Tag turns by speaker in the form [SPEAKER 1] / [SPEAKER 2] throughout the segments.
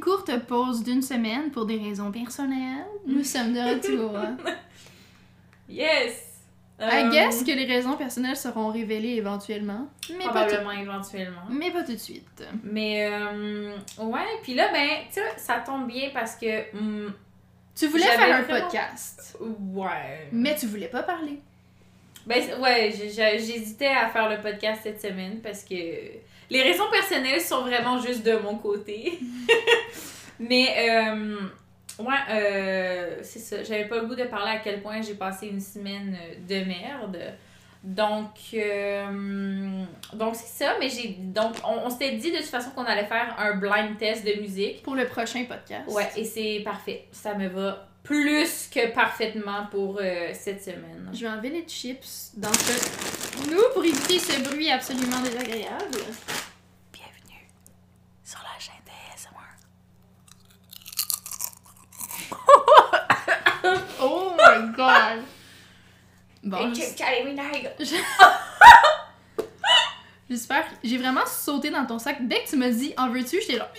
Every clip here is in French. [SPEAKER 1] courte pause d'une semaine pour des raisons personnelles. Nous sommes de retour.
[SPEAKER 2] Yes!
[SPEAKER 1] I
[SPEAKER 2] Euh,
[SPEAKER 1] guess que les raisons personnelles seront révélées éventuellement, mais pas, tout,
[SPEAKER 2] Probablement, éventuellement.
[SPEAKER 1] mais pas tout de suite.
[SPEAKER 2] Mais, euh, ouais, puis là, ben, tu sais, ça tombe bien parce que, hum,
[SPEAKER 1] Tu voulais
[SPEAKER 2] J'avais
[SPEAKER 1] faire un
[SPEAKER 2] vraiment-
[SPEAKER 1] podcast,
[SPEAKER 2] ouais.
[SPEAKER 1] mais tu voulais pas parler.
[SPEAKER 2] Ben, c'est- ouais, j'ai- j'ai- j'hésitais à faire le podcast cette semaine parce que les raisons personnelles sont vraiment juste de mon côté. Mais, euh, ouais, euh, c'est ça. J'avais pas le goût de parler à quel point j'ai passé une semaine de merde. Donc, euh, donc c'est ça. Mais j'ai. Donc, on, on s'était dit de toute façon qu'on allait faire un blind test de musique.
[SPEAKER 1] Pour le prochain podcast.
[SPEAKER 2] Ouais, et c'est parfait. Ça me va plus que parfaitement pour euh, cette semaine.
[SPEAKER 1] Je vais enlever les chips dans ce. Nous, pour éviter ce bruit absolument désagréable.
[SPEAKER 2] Bienvenue sur la chaîne d'ASMR.
[SPEAKER 1] Oh my god! Bon, j'es- j'espère. J'ai vraiment sauté dans ton sac. Dès que tu m'as dit en veux-tu, j'étais genre.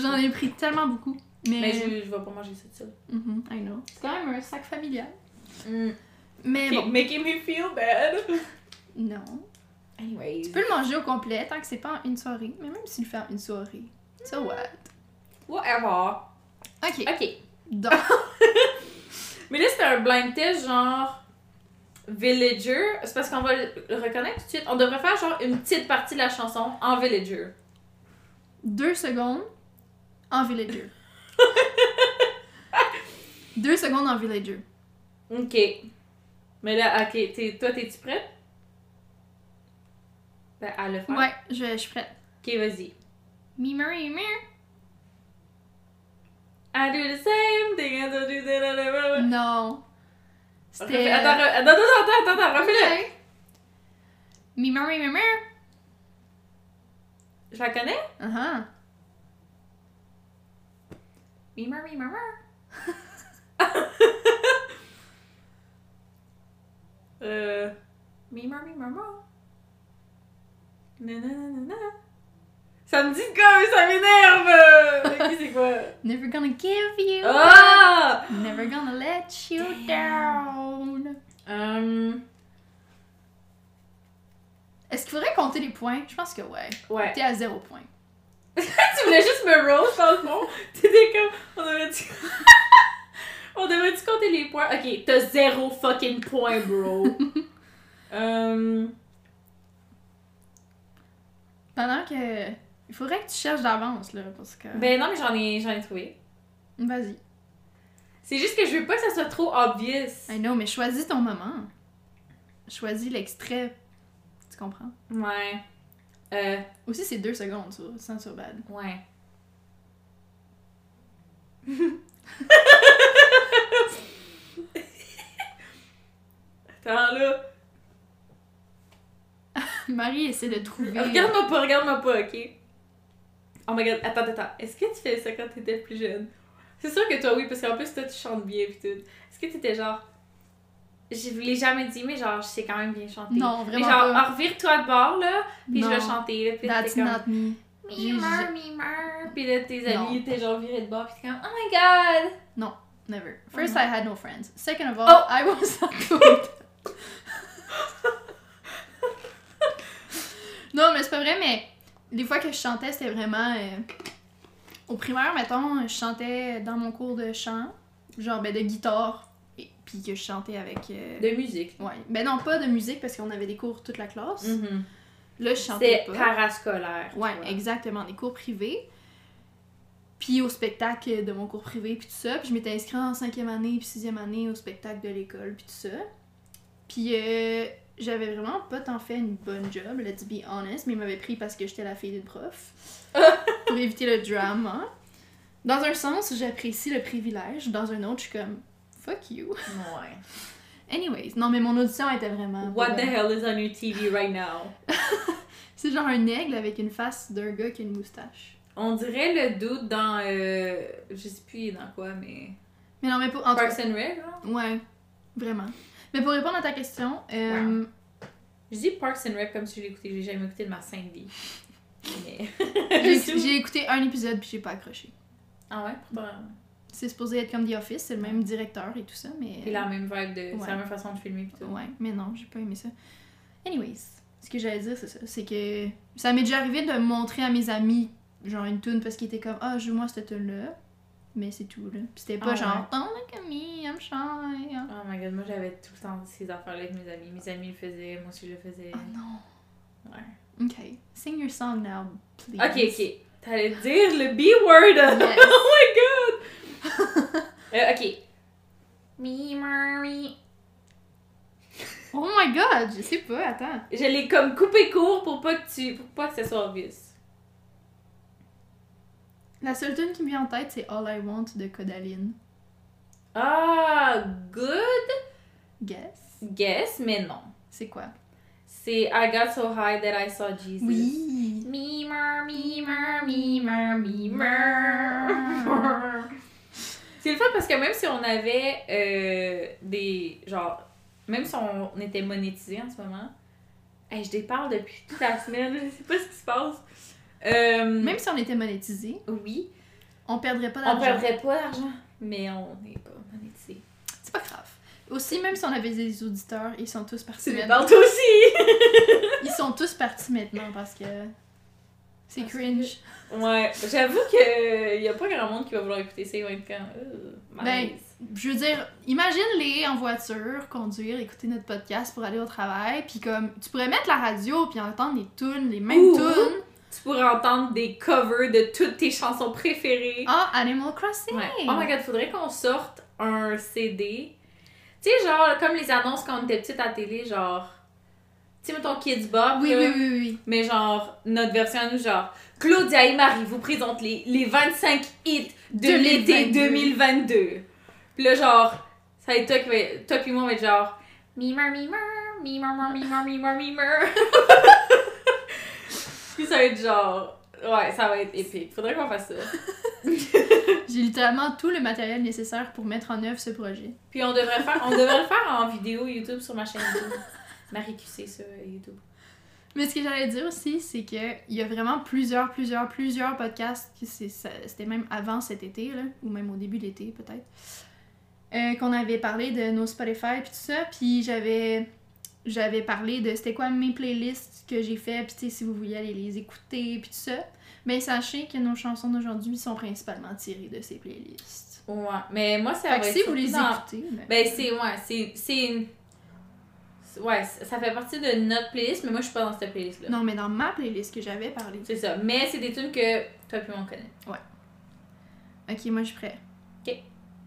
[SPEAKER 1] J'en ai pris tellement beaucoup. Mais.
[SPEAKER 2] Mais je, je vais pas manger ça tout seul.
[SPEAKER 1] Mhm, I know. C'est quand même un sac familial. Mm. Mais
[SPEAKER 2] Keep
[SPEAKER 1] bon.
[SPEAKER 2] making me feel bad.
[SPEAKER 1] Non.
[SPEAKER 2] Anyways.
[SPEAKER 1] Tu peux le manger au complet tant que c'est pas en une soirée. Mais même si tu le fais en une soirée. So what?
[SPEAKER 2] Whatever.
[SPEAKER 1] Ok.
[SPEAKER 2] Ok.
[SPEAKER 1] Donc.
[SPEAKER 2] Mais là, c'était un blind test genre Villager. C'est parce qu'on va le le reconnaître tout de suite. On devrait faire genre une petite partie de la chanson en Villager.
[SPEAKER 1] deux secondes en villager. deux secondes en villager.
[SPEAKER 2] Ok. Mais là, ok. t'es- toi, t'es-tu prête? Ben, à le faire.
[SPEAKER 1] Ouais, je, je suis prête.
[SPEAKER 2] Ok, vas-y.
[SPEAKER 1] Mimer, mimer.
[SPEAKER 2] I do the same thing, I don't do that, I never-
[SPEAKER 1] Non. C'était. euh,
[SPEAKER 2] Refais- Attends, re- attends, attends, attends, attends, refais-le.
[SPEAKER 1] Ok. Mimer, mimer, mimer.
[SPEAKER 2] Je la connais?
[SPEAKER 1] Ah ah.
[SPEAKER 2] Mimar, mimar, euh. Mimar, mimar, mimar. Nananana. Ça me dit de quoi, mais ça m'énerve! Ok, c'est quoi?
[SPEAKER 1] Never gonna give you. up.
[SPEAKER 2] Ah!
[SPEAKER 1] Never gonna let you down.
[SPEAKER 2] Euh.
[SPEAKER 1] Est-ce qu'il faudrait compter les points? Je pense que ouais.
[SPEAKER 2] Ouais.
[SPEAKER 1] T'es à zéro point.
[SPEAKER 2] tu voulais juste me roast dans le fond. T'étais comme, on devrait tu on devrait tu compter les points. Ok, t'as zéro fucking point, bro. euh,
[SPEAKER 1] Pendant que. Il faudrait que tu cherches d'avance, là, parce que.
[SPEAKER 2] ben non, mais j'en ai, j'en ai trouvé.
[SPEAKER 1] Vas-y.
[SPEAKER 2] C'est juste que je veux pas que ça soit trop obvious.
[SPEAKER 1] I know, mais choisis ton moment. Choisis l'extrait. Tu comprends?
[SPEAKER 2] Ouais. Euh,
[SPEAKER 1] Aussi, c'est deux secondes, ça. Sans sur bad.
[SPEAKER 2] ouais. Attends là.
[SPEAKER 1] Marie essaie de trouver.
[SPEAKER 2] Regarde-moi pas, regarde-moi pas, ok? Oh my god, attends, attends. Est-ce que tu fais ça quand t'étais plus jeune? C'est sûr que toi, oui, parce qu'en plus, toi, tu chantes bien pis tout. Est-ce que t'étais genre. Je vous l'ai jamais dit, mais genre, je sais quand même bien chanter.
[SPEAKER 1] Non,
[SPEAKER 2] mais
[SPEAKER 1] vraiment
[SPEAKER 2] genre,
[SPEAKER 1] pas.
[SPEAKER 2] ah, revire-toi de bord, là, pis
[SPEAKER 1] Non.
[SPEAKER 2] je vais chanter, là, pis là,
[SPEAKER 1] That's
[SPEAKER 2] t'es comme.
[SPEAKER 1] not me. J'ai-
[SPEAKER 2] Mimeur, mimeur. Pis là, tes
[SPEAKER 1] Non.
[SPEAKER 2] amis étaient genre virés de bord, pis t'es comme, oh my god!
[SPEAKER 1] Never. First, I had no friends. Second of all,
[SPEAKER 2] Uh-huh. Oh!
[SPEAKER 1] I was not good. non, mais c'est pas vrai, mais les fois que je chantais, c'était vraiment. euh, Au primaire, mettons, je chantais dans mon cours de chant, genre ben, de guitare, et puis que je chantais avec. euh,
[SPEAKER 2] De musique.
[SPEAKER 1] Ouais. Ben non, pas de musique parce qu'on avait des cours toute la classe. Là, je chantais
[SPEAKER 2] Mm.
[SPEAKER 1] pas.
[SPEAKER 2] C'est Mm-hmm. parascolaire.
[SPEAKER 1] Ouais,
[SPEAKER 2] tu vois.
[SPEAKER 1] exactement, des cours privés. Puis au spectacle de mon cours privé, puis tout ça. Puis je m'étais inscrite en cinquième année, puis sixième année au spectacle de l'école, puis tout ça. Puis euh, j'avais vraiment pas tant fait une bonne job, let's be honest, mais ils m'avaient pris parce que j'étais la fille d'une prof. pour éviter le drama. Dans un sens, j'apprécie le privilège. Dans un autre, je suis comme, fuck you.
[SPEAKER 2] Ouais.
[SPEAKER 1] Anyways, non, mais mon audition était vraiment. pas
[SPEAKER 2] What the
[SPEAKER 1] bonne.
[SPEAKER 2] hell is on your TV right now?
[SPEAKER 1] C'est genre un aigle avec une face d'un gars qui a une moustache.
[SPEAKER 2] On dirait le doute dans. euh, je sais plus dans quoi, mais.
[SPEAKER 1] Mais non, mais pour. En tout cas,
[SPEAKER 2] Parks and Rec, genre?
[SPEAKER 1] ouais, vraiment. Mais pour répondre à ta question, euh,
[SPEAKER 2] Je dis Parks and Rec comme si je l'écoutais, j'ai jamais écouté de ma sainte vie. Mais.
[SPEAKER 1] j'ai j'ai écouté un épisode puis j'ai pas accroché.
[SPEAKER 2] Ah ouais? Pourtant,
[SPEAKER 1] C'est supposé être comme The Office, c'est le même directeur et tout ça, mais.
[SPEAKER 2] c'est la même vibe de.
[SPEAKER 1] Ouais.
[SPEAKER 2] C'est la même façon de filmer pis tout.
[SPEAKER 1] Ouais, mais non, j'ai pas aimé ça. Anyways, ce que j'allais dire, c'est ça. C'est que ça m'est déjà arrivé de montrer à mes amis, genre une tune parce qu'ils étaient comme Ah, joue-moi cette tune-là. Mais c'est tout, là. Puis c'était pas
[SPEAKER 2] Ah
[SPEAKER 1] genre Oh, look at me, I'm shy. Ah
[SPEAKER 2] Oh my god, moi j'avais tout le temps ces affaires-là avec mes amis. Mes amis le faisaient, moi aussi je le faisais.
[SPEAKER 1] Oh non.
[SPEAKER 2] Ouais.
[SPEAKER 1] Ok. Sing your song now, please.
[SPEAKER 2] Ok, ok. T'allais dire le B-word!
[SPEAKER 1] Yes.
[SPEAKER 2] oh my god! Euh, ok. Me, Murray.
[SPEAKER 1] Oh my god, je sais pas, attends.
[SPEAKER 2] Je l'ai comme coupé court pour pas que tu. pour pas que ça soit obvious.
[SPEAKER 1] La seule tune qui me vient en tête, c'est All I Want de Codaline.
[SPEAKER 2] Ah, good
[SPEAKER 1] Guess.
[SPEAKER 2] guess, mais non.
[SPEAKER 1] C'est quoi?
[SPEAKER 2] C'est I got so high that I saw Jesus. Memer, memer, memer, memer. C'est le fun parce que même si on avait euh, des. genre. Même si on était monétisé en ce moment. Hey, je déparle depuis toute la semaine, je sais pas ce qui se passe. Euh,
[SPEAKER 1] Même si on était monétisé,
[SPEAKER 2] Oui,
[SPEAKER 1] on perdrait pas
[SPEAKER 2] on
[SPEAKER 1] d'argent.
[SPEAKER 2] perdrait pas d'argent, mais on n'est pas monétisé.
[SPEAKER 1] C'est pas grave. Aussi, même si on avait des auditeurs, ils sont tous partis
[SPEAKER 2] C'est mes
[SPEAKER 1] maintenant.
[SPEAKER 2] bandes aussi!
[SPEAKER 1] Ils sont tous partis maintenant parce que c'est
[SPEAKER 2] Parce que-
[SPEAKER 1] cringe.
[SPEAKER 2] Ouais, j'avoue qu'il y a pas grand monde qui va vouloir écouter ça, ils vont être comme. euh,
[SPEAKER 1] Ben,
[SPEAKER 2] malaise.
[SPEAKER 1] Je veux dire, imagine les en voiture, conduire, écouter notre podcast pour aller au travail, puis comme tu pourrais mettre la radio puis entendre les tunes, les mêmes
[SPEAKER 2] Ouh.
[SPEAKER 1] tunes.
[SPEAKER 2] Tu pourrais entendre des covers de toutes tes chansons préférées.
[SPEAKER 1] Ah, Animal Crossing.
[SPEAKER 2] Ouais. Oh my god, faudrait qu'on sorte un CD. Tu sais, genre, comme les annonces quand on était petite à la télé, genre. Tu sais, mettons Kids Bob.
[SPEAKER 1] Oui,
[SPEAKER 2] là,
[SPEAKER 1] oui, oui, oui.
[SPEAKER 2] Mais genre, notre version à nous, genre. Claudia et Marie vous présentent les, les 25 hits de
[SPEAKER 1] 2022.
[SPEAKER 2] l'été 2022. Puis là, genre, ça va être toi qui va- Toi puis moi, on va être genre. Mimer, mimer, mimer, mimer, mimer, mimer. Puis ça va être genre. Ouais, ça va être épique. Faudrait qu'on fasse ça.
[SPEAKER 1] J'ai littéralement tout le matériel nécessaire pour mettre en œuvre ce projet.
[SPEAKER 2] Puis on devrait faire, on devrait le faire en vidéo YouTube sur ma chaîne YouTube. Marie QC sur YouTube.
[SPEAKER 1] Mais ce que j'allais dire aussi, c'est que il y a vraiment plusieurs, plusieurs, plusieurs podcasts, qui c'est- ça- c'était même avant cet été, là, ou même au début de l'été peut-être, euh, qu'on avait parlé de nos Spotify puis tout ça, puis j'avais j'avais parlé de c'était quoi mes playlists que j'ai fait, puis tu sais, si vous voulez aller les écouter puis tout ça. Mais sachez que nos chansons d'aujourd'hui sont principalement tirées de ces playlists.
[SPEAKER 2] Ouais, mais moi ça
[SPEAKER 1] Fait
[SPEAKER 2] va
[SPEAKER 1] que
[SPEAKER 2] être
[SPEAKER 1] si vous les
[SPEAKER 2] surtout dans-
[SPEAKER 1] écoutez, ben-
[SPEAKER 2] Ben c'est ouais, c'est c'est une ouais, c- ça fait partie de notre playlist, mais moi je suis pas dans cette playlist là.
[SPEAKER 1] non mais dans ma playlist que j'avais parlé.
[SPEAKER 2] C'est ça, mais c'est des tunes que toi puis moi on connaît.
[SPEAKER 1] Ok, moi je suis prêt.
[SPEAKER 2] Ok.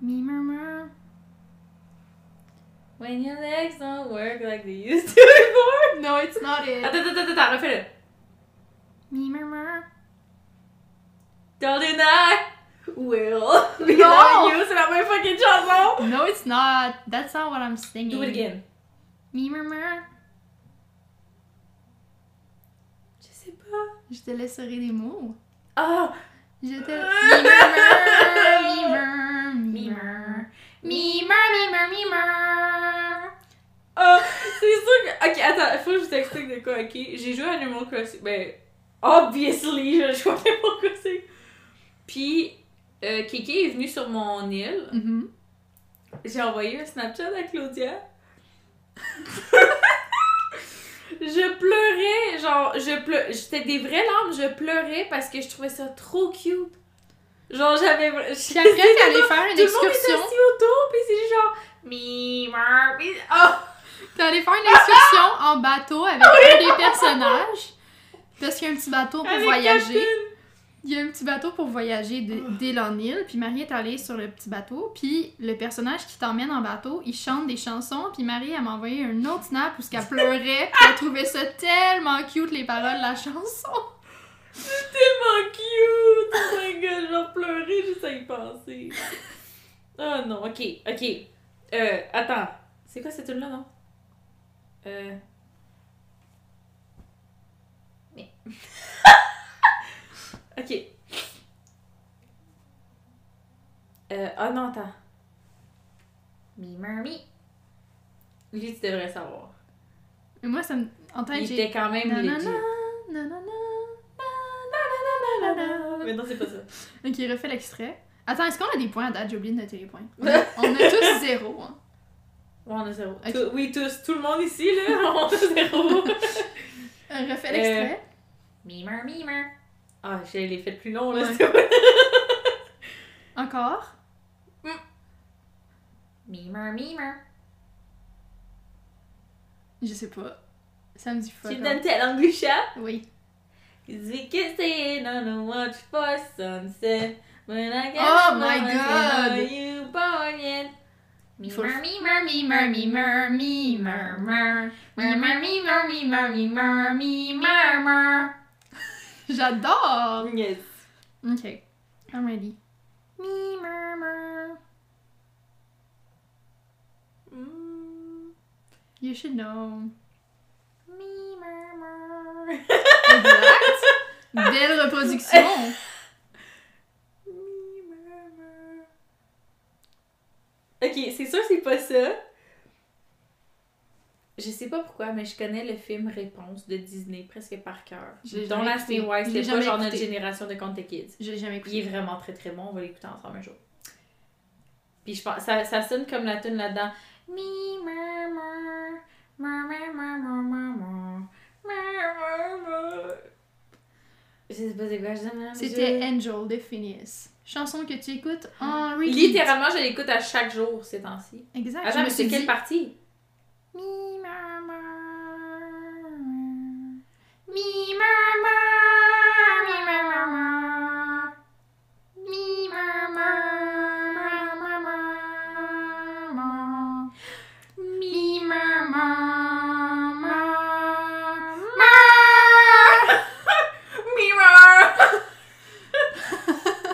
[SPEAKER 1] Mi murmure.
[SPEAKER 2] When your legs don't work like they used to before.
[SPEAKER 1] No, it's not it.
[SPEAKER 2] Attends attends attends, attends refais-le.
[SPEAKER 1] Mi murmure.
[SPEAKER 2] Darling I will
[SPEAKER 1] Non!
[SPEAKER 2] be like you, c'est la même fucking chanson.
[SPEAKER 1] No, it's not. That's not what I'm singing.
[SPEAKER 2] Do it again.
[SPEAKER 1] Mi murmure.
[SPEAKER 2] Je sais pas.
[SPEAKER 1] Je te laisserai des mots.
[SPEAKER 2] Ah,
[SPEAKER 1] Je te. Mi murmure. Mi murmure. Mi
[SPEAKER 2] Mimer.
[SPEAKER 1] murmure. Mi murmure. Mi murmure.
[SPEAKER 2] Ah, c'est sûr que. Ok, attends, faut que je vous explique de quoi, ok? J'ai joué à Animal Crossing. Ben, obviously, je joue à Animal Crossing. Puis, euh, Kiki est venu sur mon île.
[SPEAKER 1] Mhm.
[SPEAKER 2] J'ai envoyé un Snapchat à Claudia. je pleurais, genre, je pleurais. J'étais des vraies larmes, je pleurais parce que je trouvais ça trop cute. Genre, j'avais.
[SPEAKER 1] Puis après, t'es allé faire une
[SPEAKER 2] Tout le monde est
[SPEAKER 1] excursion.
[SPEAKER 2] assis autour, puis c'est genre. Mi, mar, mi. Oh!
[SPEAKER 1] T'es allé faire une excursion en bateau avec un des personnages. Parce qu'il y a un petit bateau pour
[SPEAKER 2] Avec
[SPEAKER 1] voyager.
[SPEAKER 2] Catherine. Ah.
[SPEAKER 1] Il y a un petit bateau pour voyager de- d'île en île, puis Marie est allée sur le petit bateau, puis le personnage qui t'emmène en bateau, il chante des chansons, puis Marie, elle m'a envoyé un autre snap où ce qu'elle pleurait, puis elle trouvait ça tellement cute, les paroles de la chanson.
[SPEAKER 2] tellement cute! Oh my god, j'en pleurais juste à y penser. Oh non, ok, ok. Euh, attends. C'est quoi cette tune-là, non? Euh. Mais. ok. Euh, oh non, attends. Mi, mi. Lui, tu devrais savoir.
[SPEAKER 1] Mais moi, ça me... En tête,
[SPEAKER 2] Il
[SPEAKER 1] j'ai...
[SPEAKER 2] était quand même
[SPEAKER 1] Nanana,
[SPEAKER 2] legit.
[SPEAKER 1] nanana.
[SPEAKER 2] Mais non, c'est pas ça.
[SPEAKER 1] Ok, refais l'extrait. Attends, est-ce qu'on a des points à date? J'ai oublié de noter les points. On a, on a tous zéro. Hein.
[SPEAKER 2] Ouais, on a zéro.
[SPEAKER 1] Ok.
[SPEAKER 2] Tout- oui, tous, tout le monde ici, là, on a zéro.
[SPEAKER 1] Un refait Euh, l'extrait.
[SPEAKER 2] Mimer, mimer. Ah, je l'ai fait plus long, là.
[SPEAKER 1] Ouais.
[SPEAKER 2] c'est vrai.
[SPEAKER 1] Encore.
[SPEAKER 2] Mimer, mimer.
[SPEAKER 1] Je sais pas. Ça me dit fuck.
[SPEAKER 2] Tu
[SPEAKER 1] all.
[SPEAKER 2] donnes ta langue du chat?
[SPEAKER 1] Oui.
[SPEAKER 2] Cause we kissing on a watch for sunset. When I get
[SPEAKER 1] Oh
[SPEAKER 2] home,
[SPEAKER 1] my
[SPEAKER 2] I say,
[SPEAKER 1] God.
[SPEAKER 2] "Are you born yet?
[SPEAKER 1] Il faut-
[SPEAKER 2] Mimer, mimer, mimer, mimer, mimer, mimer. Mimer, mimer, mimer, mimer, mimer, mimer.
[SPEAKER 1] J'adore!
[SPEAKER 2] Oh, Yes.
[SPEAKER 1] Ok. I'm ready. Mi, mer, mer. You should know.
[SPEAKER 2] Mimer, mimer.
[SPEAKER 1] Exact. Belle reproduction.
[SPEAKER 2] Ok, c'est sûr c'est pas ça. Je sais pas pourquoi, mais je connais le film Réponse de Disney presque par cœur.
[SPEAKER 1] Je l'ai
[SPEAKER 2] Dont
[SPEAKER 1] jamais
[SPEAKER 2] Last Me
[SPEAKER 1] écouté.
[SPEAKER 2] Why,
[SPEAKER 1] Je l'ai
[SPEAKER 2] c'était pas genre
[SPEAKER 1] jamais
[SPEAKER 2] notre
[SPEAKER 1] écouté.
[SPEAKER 2] génération de Conte Kids.
[SPEAKER 1] Je l'ai jamais
[SPEAKER 2] Il
[SPEAKER 1] écouté.
[SPEAKER 2] est vraiment très très bon, on va l'écouter ensemble un jour. Puis je pense, ça, ça sonne comme la tune là-dedans. Mi, ma, ma, ma, ma, ma, ma, ma, ma, ma, ma, ma. Euh, Je sais pas c'est quoi, je dis, ma,
[SPEAKER 1] C'était
[SPEAKER 2] je-
[SPEAKER 1] Angel de Phineas. Chanson que tu écoutes en repeat.
[SPEAKER 2] Ah, Littéralement, je l'écoute à chaque jour ces temps-ci.
[SPEAKER 1] Exact.
[SPEAKER 2] Attends,
[SPEAKER 1] Ah, je
[SPEAKER 2] mais
[SPEAKER 1] me
[SPEAKER 2] c'est
[SPEAKER 1] suis
[SPEAKER 2] quelle
[SPEAKER 1] dit...
[SPEAKER 2] partie?
[SPEAKER 1] Mi, mer, mer. Mi, mer, mer. Mi, mer, mer, mer. Mi, mer, mer, mer, mer, mer, mer. Mi, mer, mer, mer, mer.
[SPEAKER 2] Mirror!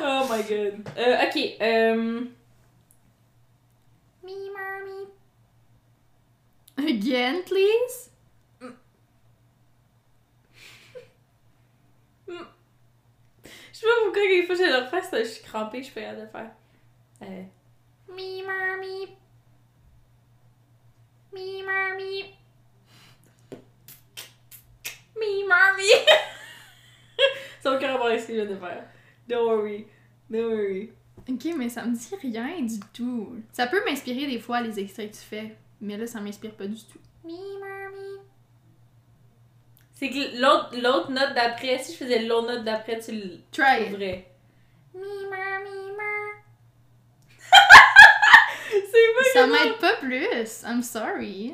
[SPEAKER 2] oh my god. Euh, ok. Euh...
[SPEAKER 1] Mi, mer, mi. Again, please.
[SPEAKER 2] Je sais pas pourquoi, quelquefois, je le refais, ça, je suis crampée, je suis pas capable de le faire. Euh...
[SPEAKER 1] Mi, mer, mi. Mi, mer, mi.
[SPEAKER 2] Me, mommy! Ça n'a aucun rapport avec ce que je viens de faire. Don't worry. Don't worry.
[SPEAKER 1] Ok, mais ça me dit rien du tout. Ça peut m'inspirer des fois les extraits que tu fais, mais là ça m'inspire pas du tout.
[SPEAKER 2] C'est que l'autre, l'autre note d'après, si je faisais l'autre note d'après, tu le
[SPEAKER 1] Try it.
[SPEAKER 2] trouverais. C'est pas
[SPEAKER 1] Ça
[SPEAKER 2] grave.
[SPEAKER 1] m'aide pas plus. I'm sorry.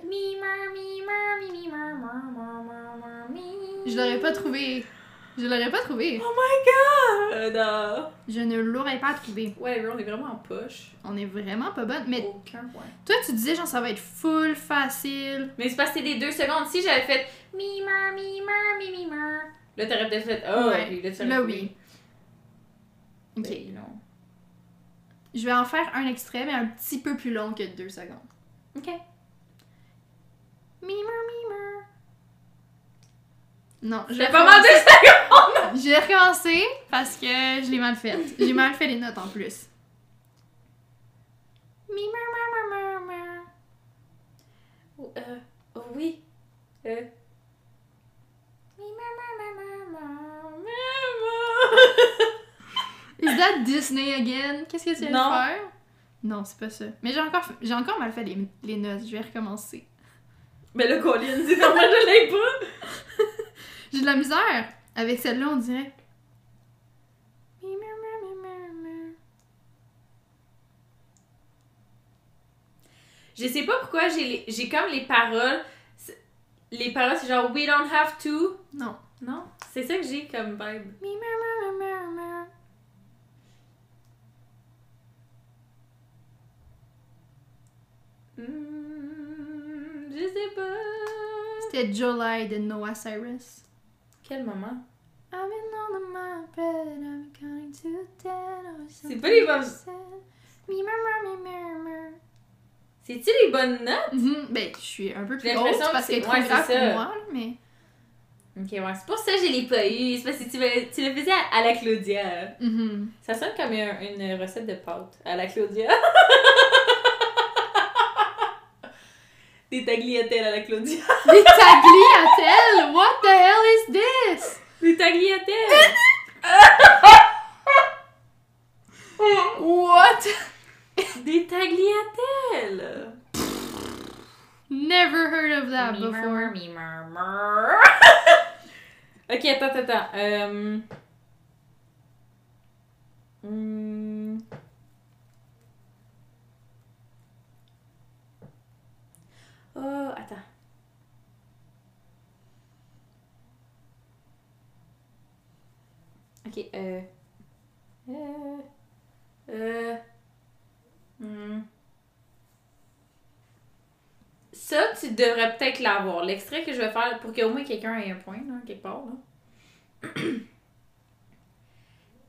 [SPEAKER 1] Je l'aurais pas trouvé. Je l'aurais pas trouvé.
[SPEAKER 2] Oh my god! Euh,
[SPEAKER 1] Je ne l'aurais pas trouvé.
[SPEAKER 2] Whatever, on est vraiment en poche.
[SPEAKER 1] On est vraiment pas bonne. Mais
[SPEAKER 2] Aucun point.
[SPEAKER 1] toi tu disais genre ça va être full facile.
[SPEAKER 2] Mais c'est parce que c'est des deux secondes. Si j'avais fait mimer, mimer, mimer, là t'aurais peut-être fait oh,
[SPEAKER 1] Ouais.
[SPEAKER 2] puis là tu
[SPEAKER 1] Là oui. Ok.
[SPEAKER 2] Ok, non.
[SPEAKER 1] Je vais en faire un extrait mais un petit peu plus long que deux secondes.
[SPEAKER 2] Ok.
[SPEAKER 1] Mimer, mimer. Non, je
[SPEAKER 2] J'ai
[SPEAKER 1] vais
[SPEAKER 2] pas mal de secondes!
[SPEAKER 1] J'ai recommencé parce que je l'ai mal fait. J'ai mal fait les notes en plus. Mi, mer, mer, mer, mer, mer.
[SPEAKER 2] Oh, euh, oh oui. Euh.
[SPEAKER 1] Is that Disney again? Qu'est-ce que tu viens
[SPEAKER 2] Non.
[SPEAKER 1] de faire? Non, c'est pas ça. Mais j'ai encore, fait- j'ai encore mal fait les, les notes. Je vais recommencer.
[SPEAKER 2] Mais le Colin, c'est normal, je l'ai pas!
[SPEAKER 1] J'ai de la misère. Avec celle-là, on dirait. Mi, mer, mer, mer, mer, mer.
[SPEAKER 2] Je sais pas pourquoi j'ai les- j'ai comme les paroles. c'est- Les paroles, c'est genre We don't have to.
[SPEAKER 1] Non.
[SPEAKER 2] Non? C'est ça que j'ai comme vibe.
[SPEAKER 1] Mi, mer, mer, mer, mer, mer.
[SPEAKER 2] Hmm, je sais pas.
[SPEAKER 1] C'était July de Noah Cyrus.
[SPEAKER 2] Quel moment?
[SPEAKER 1] I've been on the mountain, I'm coming to dead or something.
[SPEAKER 2] pas les bonnes-
[SPEAKER 1] you said. Mi, mer, mer, mi, mer, mer.
[SPEAKER 2] C'est-tu les bonnes notes?
[SPEAKER 1] Mhm, Ben, je suis un peu
[SPEAKER 2] J'ai
[SPEAKER 1] plus haute
[SPEAKER 2] l'impression
[SPEAKER 1] parce
[SPEAKER 2] que
[SPEAKER 1] qu'elle est
[SPEAKER 2] c'est-
[SPEAKER 1] trop
[SPEAKER 2] ouais, c'est
[SPEAKER 1] grave pour
[SPEAKER 2] ça.
[SPEAKER 1] moi, là, mais.
[SPEAKER 2] Ok, ouais, c'est pour ça que je l'ai pas eu. C'est parce que tu, le- tu le faisais à, à la Claudia.
[SPEAKER 1] Mhm.
[SPEAKER 2] Ça sonne comme un- une recette de pâtes. À la Claudia. Des tagliatelles à la Claudia.
[SPEAKER 1] Des tagliatelles! What the hell is this?
[SPEAKER 2] Des tagliatelles!
[SPEAKER 1] What
[SPEAKER 2] des tagliatelles.
[SPEAKER 1] Never heard of that
[SPEAKER 2] Mimeur,
[SPEAKER 1] before.
[SPEAKER 2] mimeur, meur. ok, attends, attends, attends. Euh, hmm. Oh, attends. Ok, euh. Euh. Euh. hmm. Ça, tu devrais peut-être l'avoir. L'extrait que je vais faire pour qu'au moins quelqu'un ait un point, là, quelque part. Là.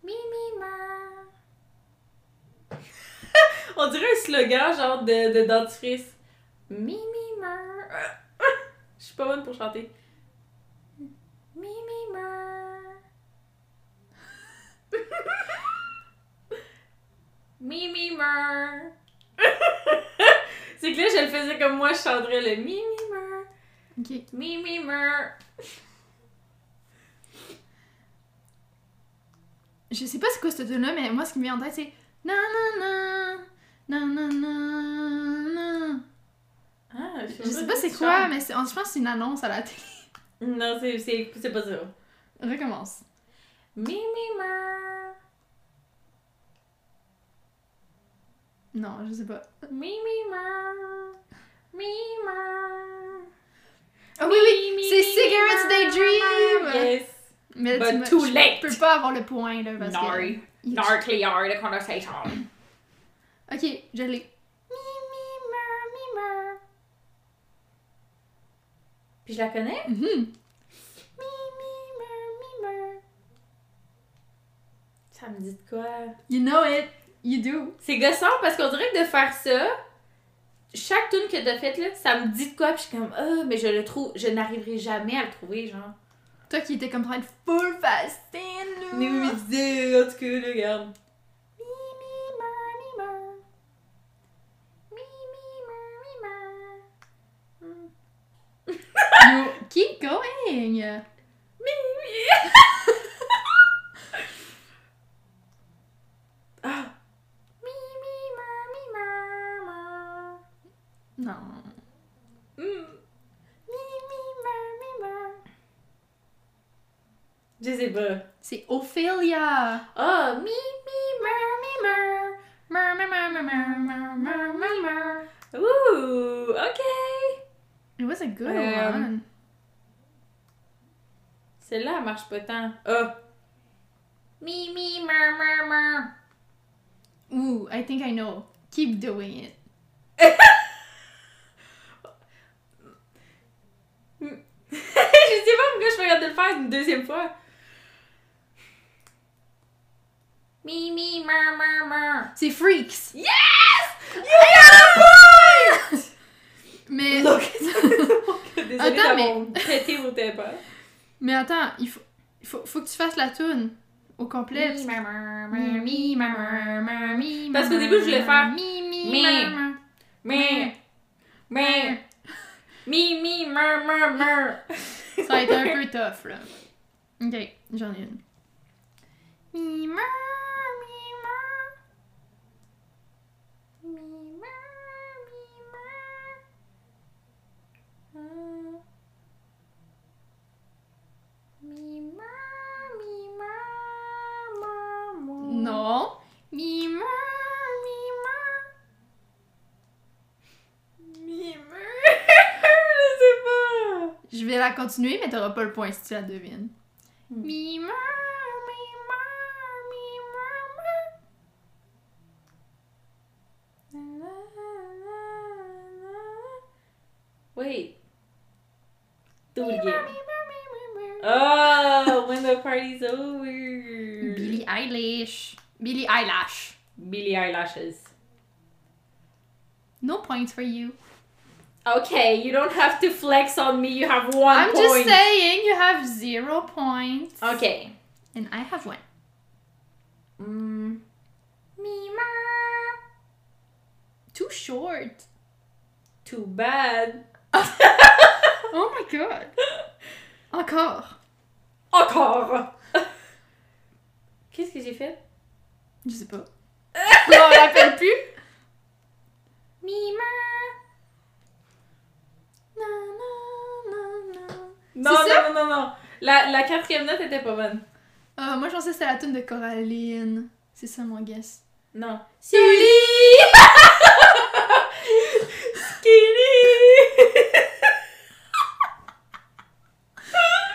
[SPEAKER 2] Mimi meur. On dirait un slogan genre de, de dentifrice. Mimi meur. Je suis pas bonne pour chanter. Mimi meur. Mimi meur. C'est que là, je le faisais comme moi, je chanterais le mimi meur.
[SPEAKER 1] Ok.
[SPEAKER 2] Mimi meur.
[SPEAKER 1] Je sais pas c'est quoi cette tune-là, mais moi ce qui me vient en tête c'est. Na na na. Na na na. na.
[SPEAKER 2] Ah, je
[SPEAKER 1] Je sais
[SPEAKER 2] si
[SPEAKER 1] pas c'est
[SPEAKER 2] tu
[SPEAKER 1] quoi,
[SPEAKER 2] chantes.
[SPEAKER 1] mais c'est- je pense que c'est une annonce à la télé.
[SPEAKER 2] Non, c'est- c'est c'est pas ça.
[SPEAKER 1] Recommence.
[SPEAKER 2] Mimi
[SPEAKER 1] Non, je sais pas.
[SPEAKER 2] Mimimeur. Mimimeur.
[SPEAKER 1] Ah oui, oui! c'est Cigarettes They
[SPEAKER 2] Mimimeur.
[SPEAKER 1] Dream!
[SPEAKER 2] Yes.
[SPEAKER 1] Mais là,
[SPEAKER 2] But
[SPEAKER 1] tu me-
[SPEAKER 2] too
[SPEAKER 1] je
[SPEAKER 2] late.
[SPEAKER 1] peux pas avoir le point là parce
[SPEAKER 2] Sorry.
[SPEAKER 1] que.
[SPEAKER 2] Nor clear the conversation.
[SPEAKER 1] Ok, je l'ai.
[SPEAKER 2] Mimimeur, mimeur. Puis je la connais?
[SPEAKER 1] Mhm.
[SPEAKER 2] Mimimeur, mimeur. Ça me dit de quoi?
[SPEAKER 1] You know it! You do!
[SPEAKER 2] C'est gossant parce qu'on dirait que de faire ça, chaque tune que t'as faite là, ça me dit de quoi, puis je suis comme ah, mais je le trouve, je n'arriverai jamais à le trouver, genre.
[SPEAKER 1] Toi qui étais comme en train de full fasting là!
[SPEAKER 2] disait, en tout cas, là, regarde.
[SPEAKER 1] You keep going!
[SPEAKER 2] Ah,
[SPEAKER 1] Non.
[SPEAKER 2] hmm, Je sais pas.
[SPEAKER 1] C'est Ophelia!
[SPEAKER 2] Ah, mi, mi, mer, mi, mer. Ouh, ok.
[SPEAKER 1] It was a good
[SPEAKER 2] Euh,
[SPEAKER 1] one.
[SPEAKER 2] Celle-là, elle marche pas tant. Ah. Mi, mi, mer, mer, mer.
[SPEAKER 1] Ooh, I think I know. Keep doing it.
[SPEAKER 2] je sais pas pourquoi je regarde le faire une deuxième fois. Mi, mi, mer, mer, mer.
[SPEAKER 1] C'est Freaks!
[SPEAKER 2] Yes! You got a point!
[SPEAKER 1] Mais.
[SPEAKER 2] Désolée
[SPEAKER 1] Attends,
[SPEAKER 2] d'avoir pété au tympan.
[SPEAKER 1] Mais attends, il faut, il faut, faut que tu fasses la tune au complet. parce que-
[SPEAKER 2] Parce qu'au début, je voulais faire
[SPEAKER 1] Mi, mi,
[SPEAKER 2] mi.
[SPEAKER 1] ma, ma.
[SPEAKER 2] Mais, mais, mi, mi, mer, mer, mer.
[SPEAKER 1] Ça a été un peu tough, là. Ok, j'en ai une. Mi, ma, mi, ma. Mi, ma, mi, ma. Non. Mi, ma, mi,
[SPEAKER 2] Mi, mer. Je sais pas.
[SPEAKER 1] ma. Je vais la continuer, mais t'auras pas le point si tu la devines.
[SPEAKER 2] Hmm.
[SPEAKER 1] Mi, ma, mi, ma, mi, ma, ma.
[SPEAKER 2] Wait. Do it again. Oh, when the party's over.
[SPEAKER 1] Billie Eilish. Billie Eyelash.
[SPEAKER 2] Billy eyelashes.
[SPEAKER 1] No points for you.
[SPEAKER 2] Okay, you don't have to flex on me. You have one
[SPEAKER 1] I'm
[SPEAKER 2] point.
[SPEAKER 1] just saying you have zero points.
[SPEAKER 2] Okay.
[SPEAKER 1] And I have one.
[SPEAKER 2] Mm. Mima.
[SPEAKER 1] Too short.
[SPEAKER 2] Too bad.
[SPEAKER 1] Oh my god. Encore.
[SPEAKER 2] Encore. Qu'est-ce que j'ai fait?
[SPEAKER 1] Je sais pas. Je m'en rappelle plus.
[SPEAKER 2] Non, non, non, non, non. La, la quatrième note était pas bonne.
[SPEAKER 1] Ah, moi, je pensais que c'était la tune de Coraline. C'est ça mon guess.
[SPEAKER 2] Non. Skinny!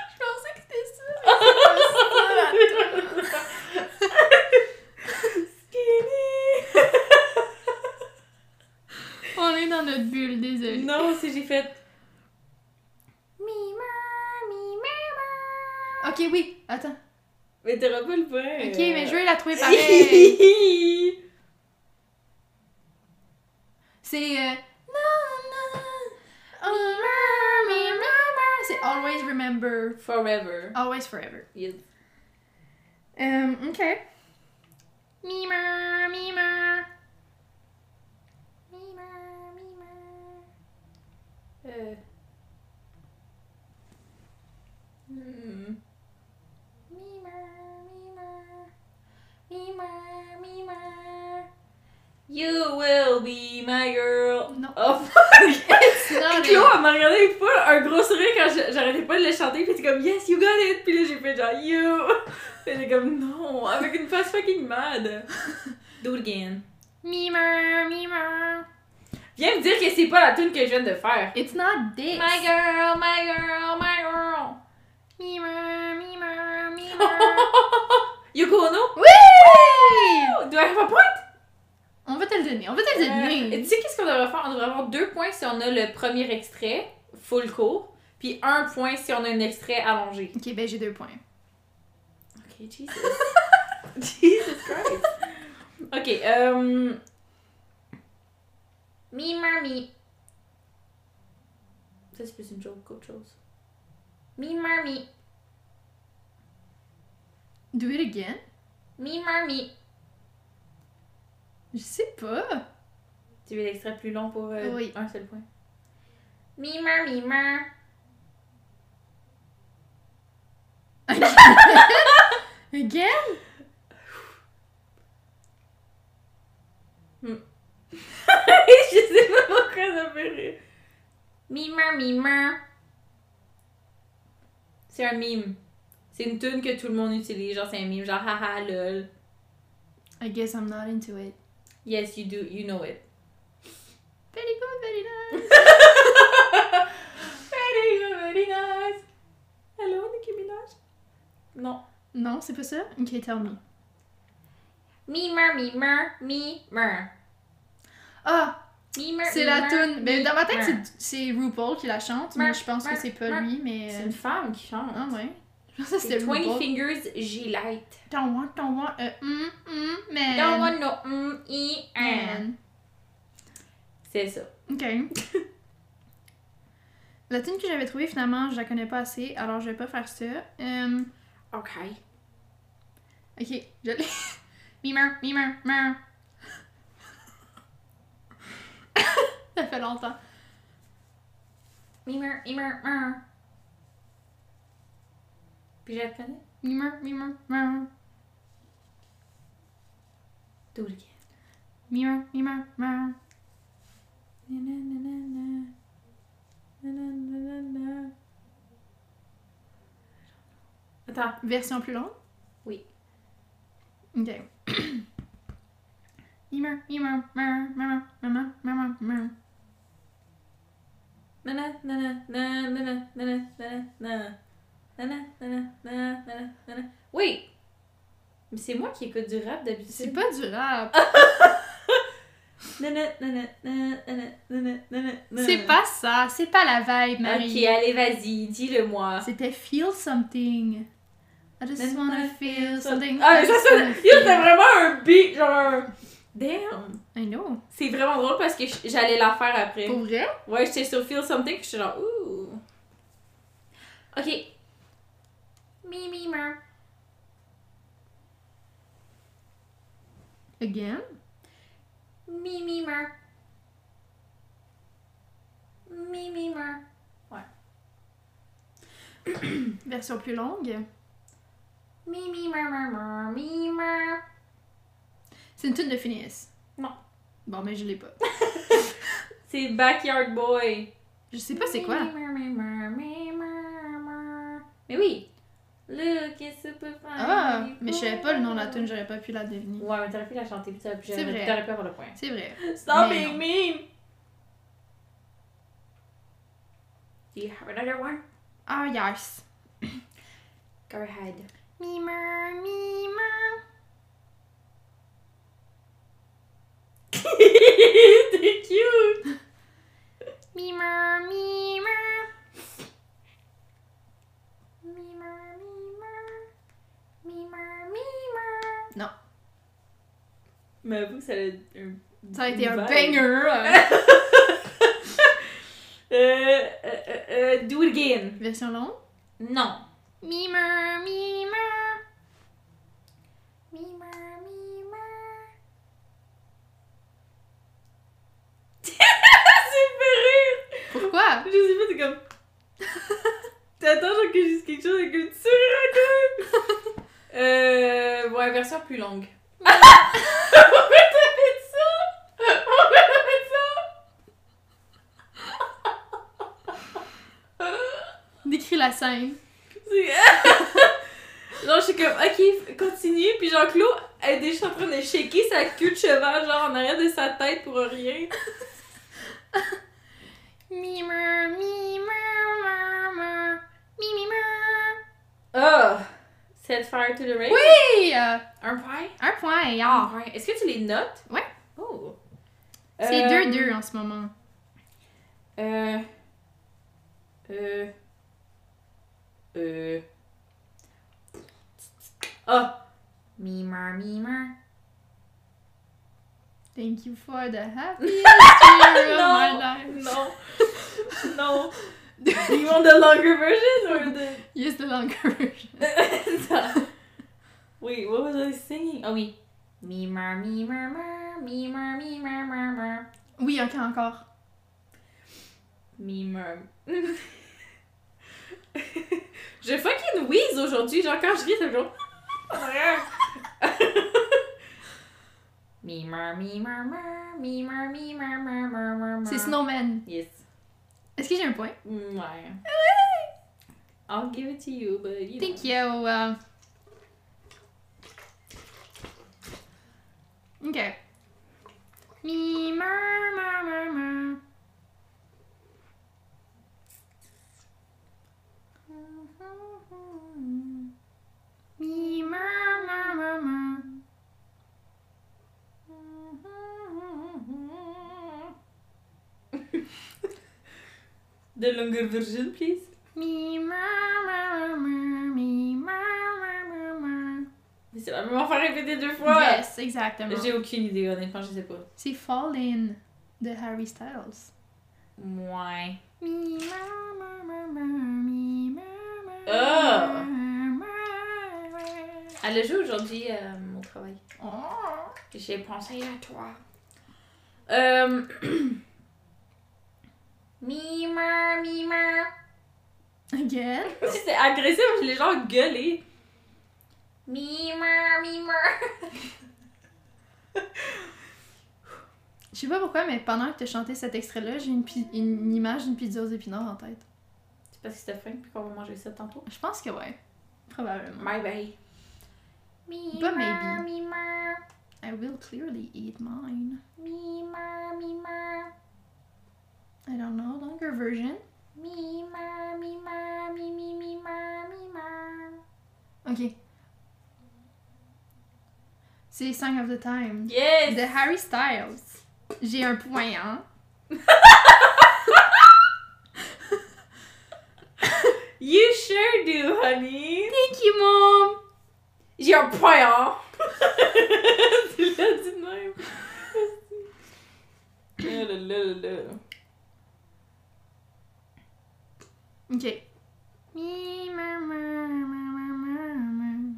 [SPEAKER 1] Je pensais que c'était ça. mais c'est pas ça, la tune.
[SPEAKER 2] Skinny!
[SPEAKER 1] On est dans notre bulle, désolé.
[SPEAKER 2] Non, c'est j'ai fait.
[SPEAKER 1] Ok, oui, attends.
[SPEAKER 2] Mais t'auras pas le point. euh.
[SPEAKER 1] Ok, mais je vais la trouver pareil.
[SPEAKER 2] vais.
[SPEAKER 1] C'est. euh, na, na, oh, na, na, na, na. C'est Always Remember.
[SPEAKER 2] Forever.
[SPEAKER 1] Always Forever.
[SPEAKER 2] Yes.
[SPEAKER 1] Um, ok. Mima, mima. Mima, mima.
[SPEAKER 2] Euh. Hmm. You will be my girl.
[SPEAKER 1] Non.
[SPEAKER 2] Oh,
[SPEAKER 1] C'est dans les-
[SPEAKER 2] Chloé, elle m'a regardé avec pas un gros sourire quand je- j'arrêtais pas de le chanter, pis t'es comme Yes, you got it! Pis là, j'ai fait genre You! Pis j'ai comme Non! Avec une face fucking mad! Do it again.
[SPEAKER 1] Mima, mima.
[SPEAKER 2] Viens me dire que c'est pas la tune que je viens de faire.
[SPEAKER 1] It's not this.
[SPEAKER 2] girl, my girl, my girl.
[SPEAKER 1] Mima, mima, mima.
[SPEAKER 2] Yoko Ono?
[SPEAKER 1] oui!
[SPEAKER 2] Oh, Do I have a point?
[SPEAKER 1] On va te le donner, on va te le
[SPEAKER 2] Euh, tu
[SPEAKER 1] donner.
[SPEAKER 2] sais qu'est-ce qu'on devrait faire? On devrait avoir deux points si on a le premier extrait, full court, puis un point si on a un extrait allongé.
[SPEAKER 1] ok, ben j'ai deux points.
[SPEAKER 2] Ok, Jesus. Jesus Christ. Ok, euh... Me, mommy. Ça, c'est plus une joke qu'autre chose. Me, mommy.
[SPEAKER 1] Do it again?
[SPEAKER 2] Me, mommy.
[SPEAKER 1] Je sais pas.
[SPEAKER 2] Tu veux l'extrait plus long pour euh,
[SPEAKER 1] Oui.
[SPEAKER 2] un seul point? Me, mommy, mommy.
[SPEAKER 1] Again? again?
[SPEAKER 2] je sais pas pourquoi ça fait rire. Mimeur, mimeur. C'est un mime. C'est une tune que tout le monde utilise, genre c'est un mime, genre haha lol.
[SPEAKER 1] I guess I'm not into it.
[SPEAKER 2] Yes, you do, you know it.
[SPEAKER 1] Very good, very nice.
[SPEAKER 2] Very, good, very nice. Hello, Nicki Minaj. Non.
[SPEAKER 1] Non, c'est pas ça? Ok, tell me.
[SPEAKER 2] Mimeur, mimeur, mimeur.
[SPEAKER 1] Ah,
[SPEAKER 2] Mimeur,
[SPEAKER 1] c'est la
[SPEAKER 2] mimeur,
[SPEAKER 1] tune. Mais dans ma tête,
[SPEAKER 2] mimeur.
[SPEAKER 1] c'est- c'est RuPaul qui la chante, mais je pense que c'est pas lui, mais.
[SPEAKER 2] C'est
[SPEAKER 1] euh,
[SPEAKER 2] une femme qui chante.
[SPEAKER 1] Ah ouais. Je pensais que
[SPEAKER 2] c'est
[SPEAKER 1] c'était
[SPEAKER 2] 20
[SPEAKER 1] RuPaul.
[SPEAKER 2] Fingers Gillette.
[SPEAKER 1] Don't want, don't want, euh, mm, mm, man.
[SPEAKER 2] Don't want no mm, e, and.
[SPEAKER 1] man.
[SPEAKER 2] C'est ça.
[SPEAKER 1] Ok. La tune que j'avais trouvée, finalement, je la connais pas assez, alors je vais pas faire ça. Euh,
[SPEAKER 2] Ok.
[SPEAKER 1] ok, je l'ai. Mimer, mimer, mimer. Ça fait longtemps.
[SPEAKER 2] Mimer, mimer, mimer. Puis je la connais.
[SPEAKER 1] Mimer, mimer, mimer.
[SPEAKER 2] Do it again.
[SPEAKER 1] Mimer, mimer, mimer.
[SPEAKER 2] Na, na, na, na, na. Na, na, na, na, na. Attends.
[SPEAKER 1] Version plus longue?
[SPEAKER 2] Oui.
[SPEAKER 1] Ok. Mimer, mimer, mimer, mimer, mimer, mimer, mimer.
[SPEAKER 2] Na, na, na, na, na, na, na, na, na, na, na. Na, na, na, na, na, na, na, na, na. Oui! Mais c'est moi qui écoute du rap
[SPEAKER 1] C'est
[SPEAKER 2] d'habitude.
[SPEAKER 1] pas du rap.
[SPEAKER 2] Ah! Na, na, na, na, na, na, na, na, na, na, na.
[SPEAKER 1] C'est pas ça. C'est pas la vibe, Marie.
[SPEAKER 2] Ok, allez, vas-y, dis-le-moi.
[SPEAKER 1] C'était Feel Something. I just wanna feel something.
[SPEAKER 2] Ah, mais
[SPEAKER 1] I
[SPEAKER 2] ça,
[SPEAKER 1] just
[SPEAKER 2] ça,
[SPEAKER 1] wanna
[SPEAKER 2] yo, c'était
[SPEAKER 1] feel.
[SPEAKER 2] vraiment un beat, genre. un- Damn!
[SPEAKER 1] I know.
[SPEAKER 2] C'est vraiment drôle parce que j- j'allais la faire après.
[SPEAKER 1] Pour vrai?
[SPEAKER 2] Ouais, j'étais sur Feel Something, puis j'étais genre, ouh. Ok. Mi, mi, ma.
[SPEAKER 1] Again?
[SPEAKER 2] Mi, mi, ma. Mi, mi, ma.
[SPEAKER 1] Version plus longue.
[SPEAKER 2] Mi, mi, ma, ma, ma, mi, ma.
[SPEAKER 1] C'est une tune de Phineas.
[SPEAKER 2] Non.
[SPEAKER 1] Bon, mais je l'ai pas.
[SPEAKER 2] C'est Backyard Boy.
[SPEAKER 1] Je sais pas c'est quoi.
[SPEAKER 2] Mi, mi, ma, ma, ma, ma, ma. Mais oui! Look, it's super fine.
[SPEAKER 1] Ah, mais je savais pas le nom de la tune, j'aurais pas pu la deviner.
[SPEAKER 2] Ouais, mais t'aurais pu la chanter, puis t'aurais pu,
[SPEAKER 1] C'est vrai.
[SPEAKER 2] t'aurais pu avoir le point.
[SPEAKER 1] C'est vrai.
[SPEAKER 2] Stop
[SPEAKER 1] Mais
[SPEAKER 2] being mean! Do you have another one?
[SPEAKER 1] Ah, yes.
[SPEAKER 2] Go ahead.
[SPEAKER 1] Mimeur, mimeur.
[SPEAKER 2] T'es cute!
[SPEAKER 1] Mimeur, mimeur. Mimeur, mimeur. Mimeur, mimeur. Non,
[SPEAKER 2] Mais avoue que ça a un...
[SPEAKER 1] ça a été un
[SPEAKER 2] vibe.
[SPEAKER 1] banger. hein.
[SPEAKER 2] Euh, euh, euh, euh, do it again.
[SPEAKER 1] Version longue.
[SPEAKER 2] Non.
[SPEAKER 1] Mimeur, mimeur. Mimeur, mimeur.
[SPEAKER 2] C'est fait rire!
[SPEAKER 1] Pourquoi?
[SPEAKER 2] Je sais pas, t'es comme... T'attends genre que je dise quelque chose et que tu te racontes! Euh... Ouais, version plus longue. On va mettre ça! On va mettre ça!
[SPEAKER 1] Décris la scène.
[SPEAKER 2] C'est... genre, je suis comme, ok, continue. Puis Jean-Claude, elle est déjà en train de shaker sa queue de cheval, genre en arrière de sa tête pour rien.
[SPEAKER 1] Mimeur, mimeur, mimeur. Mimimeur.
[SPEAKER 2] Oh! Set fire to the rain?
[SPEAKER 1] Oui! euh,
[SPEAKER 2] Un point?
[SPEAKER 1] un point, yeah.
[SPEAKER 2] Un point. Est-ce que tu les notes?
[SPEAKER 1] Ouais.
[SPEAKER 2] Oh!
[SPEAKER 1] C'est
[SPEAKER 2] Euh,
[SPEAKER 1] 2-2 en ce moment.
[SPEAKER 2] Euh. Euh. Euh. Ah!
[SPEAKER 1] Mimeur, mimeur. Thank you for the happiest year of my life.
[SPEAKER 2] Non! non! You want the longer version or the.
[SPEAKER 1] Yes, the longer version.
[SPEAKER 2] Wait, what was I singing? Oh oui. Mimeur, mimeur, meur, mimeur, mimeur, meur, meur.
[SPEAKER 1] Oui, ok, encore.
[SPEAKER 2] Mimeur. je fucking wheeze aujourd'hui, genre quand je ris, c'est toujours. Mimeur, mimeur, meur, mimeur, mimeur, meur, meur, meur, meur.
[SPEAKER 1] C'est Snowman.
[SPEAKER 2] Yes.
[SPEAKER 1] Est-ce que j'ai un point?
[SPEAKER 2] Mm, Ouais. I'll give it to you, but you know.
[SPEAKER 1] Thank you. euh. Ok. Mimeur, meur, meur, meur. Mimeur, meur, meur, meur.
[SPEAKER 2] The longer version, please.
[SPEAKER 1] Mi, ma, ma, ma, ma, mi, ma, ma, ma, ma.
[SPEAKER 2] Mais c'est la même affaire répétée deux fois.
[SPEAKER 1] Yes, exactement.
[SPEAKER 2] J'ai aucune idée, honnêtement, je sais pas.
[SPEAKER 1] C'est Fallen de Harry Styles.
[SPEAKER 2] Ouais.
[SPEAKER 1] Mi, ma, ma, ma, ma, mi, ma, ma, ma,
[SPEAKER 2] Ah.
[SPEAKER 1] ma,
[SPEAKER 2] Elle a joué aujourd'hui euh, au travail.
[SPEAKER 1] ma. Oh.
[SPEAKER 2] J'ai pensé à toi. Euh... Mimeur, mimeur.
[SPEAKER 1] Again?
[SPEAKER 2] C'était agressif, je l'ai genre gueulé. Mimeur, mimeur.
[SPEAKER 1] Je sais pas pourquoi, mais pendant que tu chantais cet extrait-là, j'ai une, pi- une image d'une pizza aux épinards en tête.
[SPEAKER 2] C'est parce que c'était faim puis qu'on va manger ça tantôt.
[SPEAKER 1] Je pense que ouais. Probablement.
[SPEAKER 2] My bay.
[SPEAKER 1] Pas maybe.
[SPEAKER 2] Mimeur,
[SPEAKER 1] I will clearly eat mine.
[SPEAKER 2] mimeur, mimeur.
[SPEAKER 1] I don't know, longer version.
[SPEAKER 2] Mimeur, mimeur, mimeur, mimeur, mimeur.
[SPEAKER 1] Ok. C'est Song of the Time.
[SPEAKER 2] Yes!
[SPEAKER 1] De Harry Styles. J'ai un point, hein.
[SPEAKER 2] You sure do, honey.
[SPEAKER 1] Thank you, mom!
[SPEAKER 2] J'ai un point, hein! tu l'as dit de même! Ah là là là là.
[SPEAKER 1] Ok. Mi, ma, ma, ma, ma, ma, ma.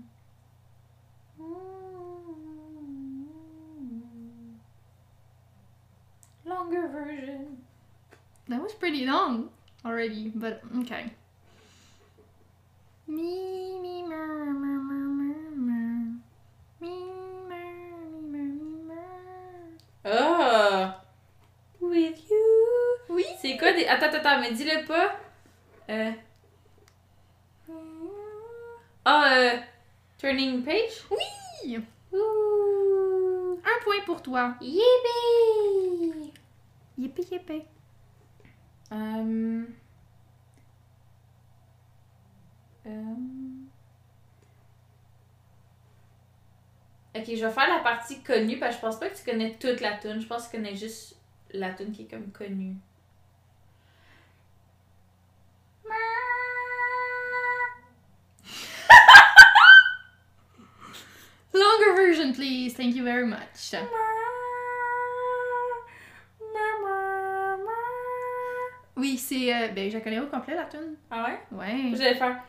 [SPEAKER 2] Longer version.
[SPEAKER 1] That was pretty long already, but okay. Mi, mi, ma, ma, ma, ma, ma. Mi, ma, mi, ma, mi, ma.
[SPEAKER 2] Ah! With you.
[SPEAKER 1] Oui!
[SPEAKER 2] C'est quoi des. Attends, attends, attends, mais dis-le pas. Euh.
[SPEAKER 1] Mi,
[SPEAKER 2] Ah, euh, Turning Page?
[SPEAKER 1] Oui!
[SPEAKER 2] Ouh!
[SPEAKER 1] Un point pour toi.
[SPEAKER 2] Yippee!
[SPEAKER 1] Yippee yippee.
[SPEAKER 2] Um, um. Ok, je vais faire la partie connue parce que je pense pas que tu connais toute la tune. Je pense que tu connais juste la tune qui est comme connue.
[SPEAKER 1] Longer version, please. Thank you very much. Oui, c'est. euh, ben, je la connais au complet, la tune.
[SPEAKER 2] Ah ouais?
[SPEAKER 1] Ouais.
[SPEAKER 2] Je vais faire.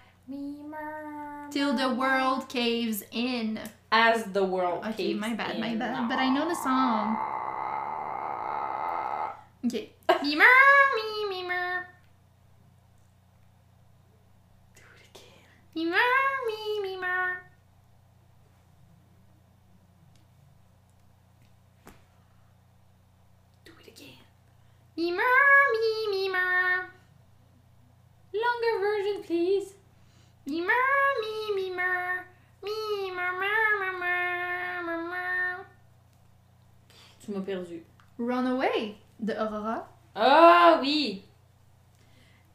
[SPEAKER 1] Till the world caves in.
[SPEAKER 2] As the world.
[SPEAKER 1] Okay,
[SPEAKER 2] caves
[SPEAKER 1] my bad, my
[SPEAKER 2] in.
[SPEAKER 1] bad. But I know the song. Okay. Memer, me, memer.
[SPEAKER 2] Do it again.
[SPEAKER 1] Memer, me, memer.
[SPEAKER 2] Do it again.
[SPEAKER 1] Memer, me, memer.
[SPEAKER 2] Longer version, please.
[SPEAKER 1] Memer, me, memer. Memer, mer, mer, mer, mer, mer.
[SPEAKER 2] Tu m'as perdu.
[SPEAKER 1] Runaway de Aurora.
[SPEAKER 2] Ah oui!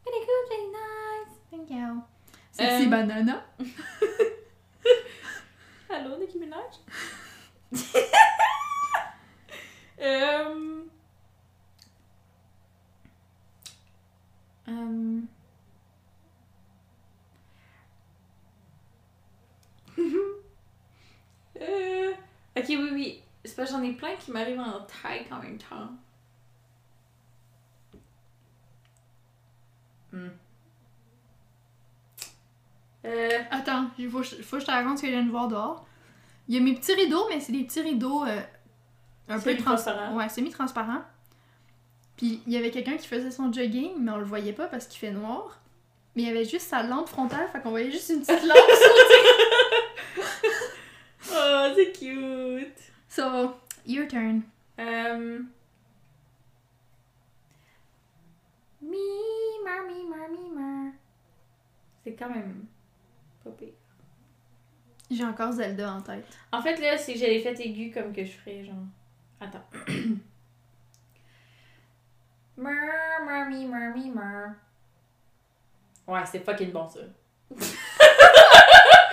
[SPEAKER 1] Thank you.
[SPEAKER 2] Euh,
[SPEAKER 1] Sexy banana.
[SPEAKER 2] Allô, Nicki Minaj? um... Um... Euh, Ok, oui, oui. C'est parce que j'en ai plein qui m'arrivent en tête en même temps. Hmm. Euh...
[SPEAKER 1] Attends, il faut, faut que je te raconte ce que je viens de voir dehors. Il y a mes petits rideaux, mais c'est des petits rideaux euh, un peu trans
[SPEAKER 2] transparent.
[SPEAKER 1] Ouais, semi-transparent. Puis il y avait quelqu'un qui faisait son jogging, mais on le voyait pas parce qu'il fait noir. Mais il y avait juste sa lampe frontale, fait qu'on voyait juste une petite lampe.
[SPEAKER 2] Oh, c'est cute!
[SPEAKER 1] so, your turn.
[SPEAKER 2] Euh...
[SPEAKER 1] Mimer, mimer, mimer.
[SPEAKER 2] C'est quand même pas pire.
[SPEAKER 1] J'ai encore Zelda en tête.
[SPEAKER 2] En fait, là, c'est que j'avais fait aigu comme que je ferais, genre. Attends. Murr, murr, mi, murr, mi, murr. Ouais, c'est fucking bon, ça.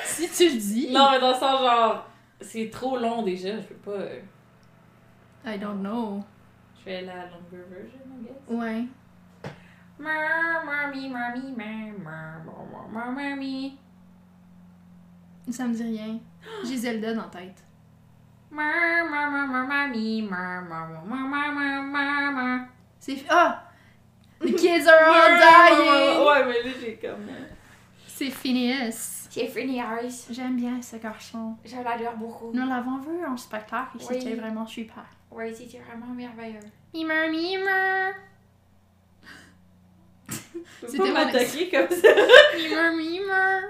[SPEAKER 1] si tu le dis.
[SPEAKER 2] Non, mais dans le sens, genre, c'est trop long déjà, je peux pas. euh,
[SPEAKER 1] I don't know.
[SPEAKER 2] Je fais la longueur version, I guess.
[SPEAKER 1] Ouais.
[SPEAKER 2] Murr, murr, mi, murr, mi, murr, murr, murr, murr, murr, murr, mi.
[SPEAKER 1] Ça me dit rien. J'ai Zelda en tête.
[SPEAKER 2] Murr, murr, murr, murr, murr, mi, murr, murr, murr, murr, murr, murr, murr.
[SPEAKER 1] C'est. Ah! The kids are all dying!
[SPEAKER 2] Ouais, mais là, j'ai comme.
[SPEAKER 1] C'est Phineas.
[SPEAKER 2] C'est Freddy Harris.
[SPEAKER 1] J'aime bien ce garçon.
[SPEAKER 2] Je l'adore beaucoup.
[SPEAKER 1] Nous l'avons vu en spectacle et
[SPEAKER 2] Oui.
[SPEAKER 1] c'était vraiment super.
[SPEAKER 2] Ouais, c'était vraiment merveilleux.
[SPEAKER 1] Mimer, mimer!
[SPEAKER 2] C'était
[SPEAKER 1] C'était
[SPEAKER 2] pas
[SPEAKER 1] mon
[SPEAKER 2] m'attaquer comme ça.
[SPEAKER 1] Mimer, mimer!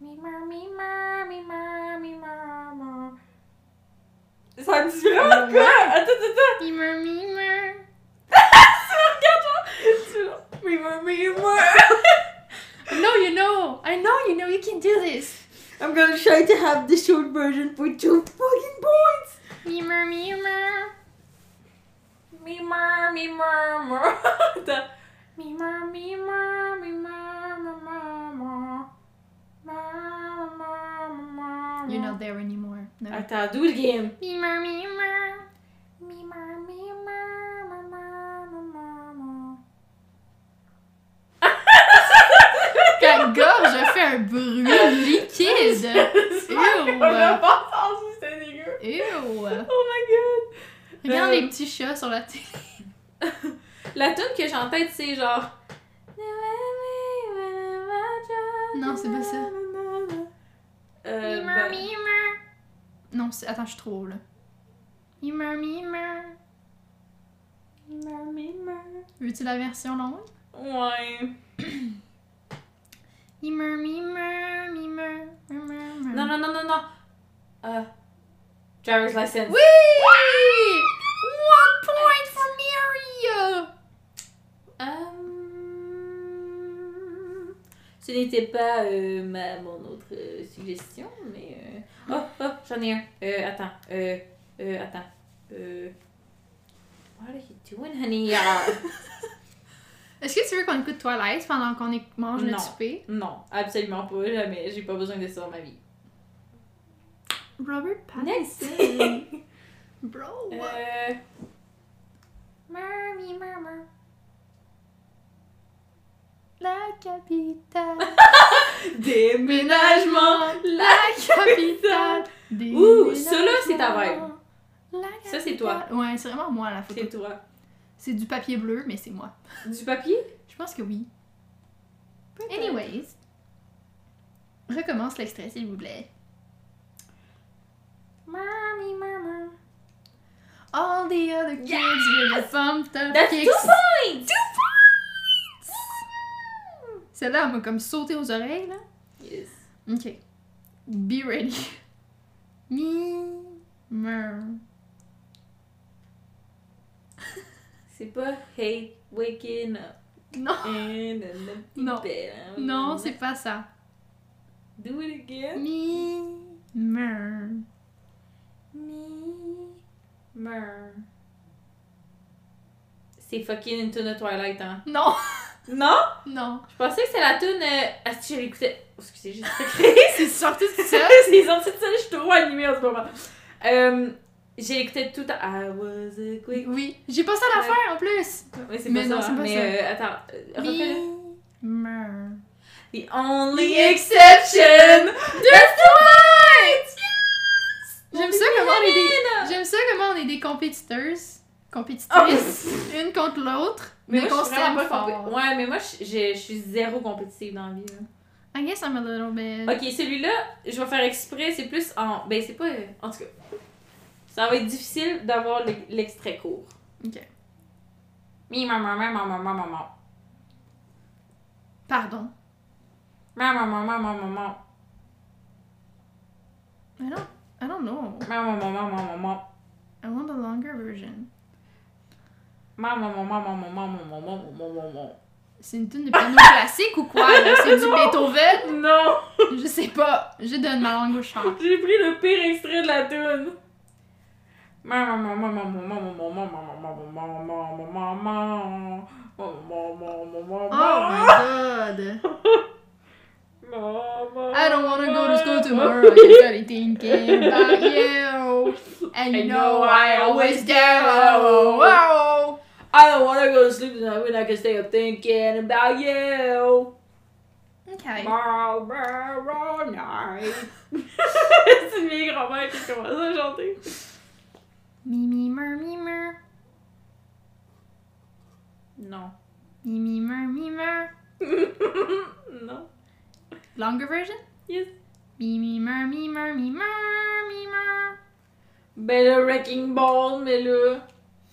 [SPEAKER 2] Mimeur, mimeur, mimeur, mimeur, mimeur. Ça me dit
[SPEAKER 1] Ouais.
[SPEAKER 2] vraiment quoi? Attends, attends,
[SPEAKER 1] Mimer, mimer!
[SPEAKER 2] attends. Tu- Mimeur, mimeur.
[SPEAKER 1] No, you know! I know you know you can do this!
[SPEAKER 2] I'm gonna try to have the short version for two fucking points.
[SPEAKER 1] Mimer, mimer!
[SPEAKER 2] Mimeur, mimeur, mimeur. Attends. Mimeur, mimeur, mimeur, mimeur, mimeur. Mimeur, mimeur, mimeur,
[SPEAKER 1] You're
[SPEAKER 2] mimeur.
[SPEAKER 1] not there anymore. No.
[SPEAKER 2] Attends, do it again.
[SPEAKER 1] Mimer, mimer! Ta gorge fait un bruit liquide!
[SPEAKER 2] On a pas entendu, c'était dégueu.
[SPEAKER 1] Ew!
[SPEAKER 2] Oh my
[SPEAKER 1] Regarde
[SPEAKER 2] Euh.
[SPEAKER 1] les petits chats sur la télé.
[SPEAKER 2] god. La tune que j'ai en tête, c'est genre.
[SPEAKER 1] Non, c'est pas ça.
[SPEAKER 2] Euh,
[SPEAKER 1] Mimer,
[SPEAKER 2] ben,
[SPEAKER 1] mimer. Non, c'est... attends, je suis trop haut, là. Mimer, mimer. Veux-tu la version longue?
[SPEAKER 2] Ouais.
[SPEAKER 1] Mimer, mimer, mimer, mimer, mimer.
[SPEAKER 2] Non, non, non, non, non. Euh, driver's license.
[SPEAKER 1] Oui! One point for
[SPEAKER 2] Euh,
[SPEAKER 1] Miria!
[SPEAKER 2] Um, Ce n'était pas euh, ma, mon autre euh, suggestion, mais. euh, Oh, oh, j'en ai un. Euh, attends. Euh, euh, attends. Euh... What are you doing, honey? Ah,
[SPEAKER 1] Est-ce que tu veux qu'on écoute Twilight pendant qu'on é- mange
[SPEAKER 2] Non.
[SPEAKER 1] notre souper?
[SPEAKER 2] non, absolument pas, jamais. J'ai pas besoin de ça dans ma vie.
[SPEAKER 1] Robert
[SPEAKER 2] Next!
[SPEAKER 1] Pattinson. Bro.
[SPEAKER 2] euh... Mommy, maman.
[SPEAKER 1] La capitale.
[SPEAKER 2] Déménagement! La capitale!
[SPEAKER 1] des
[SPEAKER 2] Ouh, ça là, c'est ta
[SPEAKER 1] déménagements. La
[SPEAKER 2] Ça, c'est
[SPEAKER 1] capitale. Ouais, c'est vraiment moi la
[SPEAKER 2] C'est
[SPEAKER 1] photo.
[SPEAKER 2] toi.
[SPEAKER 1] C'est du papier bleu, mais c'est moi.
[SPEAKER 2] Du papier?
[SPEAKER 1] Je pense que oui. Anyways. Recommence l'extrait, s'il vous plaît.
[SPEAKER 2] Mommy, maman.
[SPEAKER 1] All the other kids were the pumped up
[SPEAKER 2] That's
[SPEAKER 1] kicks.
[SPEAKER 2] two points!
[SPEAKER 1] Celle-là, elle m'a comme sauté aux oreilles, là.
[SPEAKER 2] Yes.
[SPEAKER 1] Ok. Be ready. Mi. Mer.
[SPEAKER 2] C'est pas Hey, waking up.
[SPEAKER 1] Non,
[SPEAKER 2] And then the big
[SPEAKER 1] Non.
[SPEAKER 2] bell.
[SPEAKER 1] non, c'est pas ça.
[SPEAKER 2] Do it again.
[SPEAKER 1] Mi. Mer.
[SPEAKER 2] Me. Mer. C'est fucking une tune de Twilight, hein.
[SPEAKER 1] Non,
[SPEAKER 2] Non?
[SPEAKER 1] non.
[SPEAKER 2] Je pensais que c'était la tune. Euh... Ah, si, j'ai l'écoutais. Oh, excusez, j'ai
[SPEAKER 1] C'est sorti tout seul.
[SPEAKER 2] C'est sorti de ça, je suis trop animée en ce moment. Euh, j'ai écouté tout. à- I was a quick.
[SPEAKER 1] Oui, j'ai pas ça à l'affaire en plus.
[SPEAKER 2] Mais c'est pas
[SPEAKER 1] Mais
[SPEAKER 2] ça.
[SPEAKER 1] non,
[SPEAKER 2] hein.
[SPEAKER 1] c'est pas
[SPEAKER 2] mais
[SPEAKER 1] ça.
[SPEAKER 2] euh, attends. euh, refais-le.
[SPEAKER 1] Mi. Mer.
[SPEAKER 2] The only exception. That's Twilight!
[SPEAKER 1] J'aime ça comment on est des... J'aime ça comment on est des compétiteurs. Compétitrices.
[SPEAKER 2] Oh.
[SPEAKER 1] Une contre l'autre.
[SPEAKER 2] Mais,
[SPEAKER 1] Mais,
[SPEAKER 2] moi,
[SPEAKER 1] qu'on
[SPEAKER 2] je suis vraiment
[SPEAKER 1] s'aime
[SPEAKER 2] pas
[SPEAKER 1] fort.
[SPEAKER 2] compé- Ouais, mais moi, je, je- je suis zéro compétitive dans la vie. là.
[SPEAKER 1] I guess I'm a little bit...
[SPEAKER 2] Ok, celui-là, je vais faire exprès, c'est plus en. Ben, c'est pas. En tout cas, ça va être difficile d'avoir l'e- l'extrait court.
[SPEAKER 1] Ok.
[SPEAKER 2] Mi, ma, ma, ma, ma, ma, ma, ma, ma.
[SPEAKER 1] Pardon.
[SPEAKER 2] Ma, ma, ma, ma, ma, ma, ma.
[SPEAKER 1] I don't... I don't know.
[SPEAKER 2] Ma, ma, ma, ma, ma, ma, ma.
[SPEAKER 1] I want the longer version.
[SPEAKER 2] Ma, ma, ma, ma, ma, ma, ma, ma, ma, ma, ma, ma, ma, ma.
[SPEAKER 1] C'est une tune de piano classique ou quoi? là? C'est du
[SPEAKER 2] Non.
[SPEAKER 1] Beethoven?
[SPEAKER 2] Non!
[SPEAKER 1] Je sais pas. Je donne ma langue au chat.
[SPEAKER 2] J'ai pris le pire extrait de la tune. Ma, ma, ma, ma, ma, ma, ma, ma, ma, ma, ma, ma, ma, ma, ma, ma, ma, ma. Ma, ma, ma, ma, ma,
[SPEAKER 1] Oh
[SPEAKER 2] ma.
[SPEAKER 1] my god. I
[SPEAKER 2] I
[SPEAKER 1] don't wanna go to school tomorrow. I can start thinking about you. And you know I always go. Wow.
[SPEAKER 2] I don't wanna go to sleep tonight when I can stay up thinking about you.
[SPEAKER 1] Okay.
[SPEAKER 2] Barbara night. C'est mes grands-mères qui commencent à chanter.
[SPEAKER 1] Mimi mer mimer.
[SPEAKER 2] Non.
[SPEAKER 1] Mimi mer mimer.
[SPEAKER 2] non.
[SPEAKER 1] Longer version?
[SPEAKER 2] Yes.
[SPEAKER 1] Mimi mer mimer mimer mimer.
[SPEAKER 2] Ben le Wrecking Ball, mais le.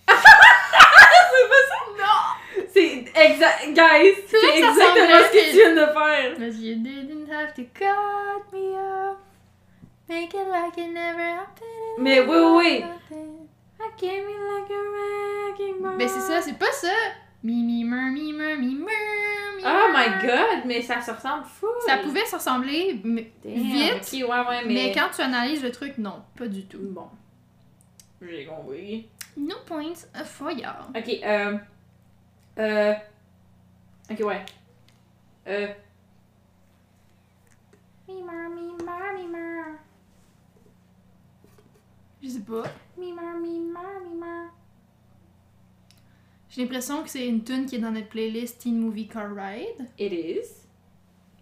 [SPEAKER 2] c'est pas ça? Non! C'est exact. Guys,
[SPEAKER 1] C'est vrai que
[SPEAKER 2] c'est
[SPEAKER 1] ça
[SPEAKER 2] exactement
[SPEAKER 1] ressemblait,
[SPEAKER 2] ce que
[SPEAKER 1] mais-
[SPEAKER 2] tu viens de faire.
[SPEAKER 1] But you didn't have to cut me off. Make it like it never happened.
[SPEAKER 2] Mais oui, oui,
[SPEAKER 1] oui.
[SPEAKER 2] I came in like a wrecking ball.
[SPEAKER 1] Ben c'est ça, c'est pas ça. Mimi mer mimer mimer.
[SPEAKER 2] Oh my god, mais ça se ressemble fou!
[SPEAKER 1] Ça pouvait se ressembler, mais vite,
[SPEAKER 2] Ok, ouais, ouais, mais.
[SPEAKER 1] Mais quand tu analyses le truc, non, pas du tout.
[SPEAKER 2] Bon. J'ai compris.
[SPEAKER 1] No points for y'all.
[SPEAKER 2] Ok, euh. Euh. Ok, ouais. Euh. Mimar, mimar, mimar.
[SPEAKER 1] Je sais pas.
[SPEAKER 2] Mimar, mimar, mimar.
[SPEAKER 1] J'ai l'impression que c'est une tune qui est dans notre playlist Teen Movie Car Ride,
[SPEAKER 2] It is.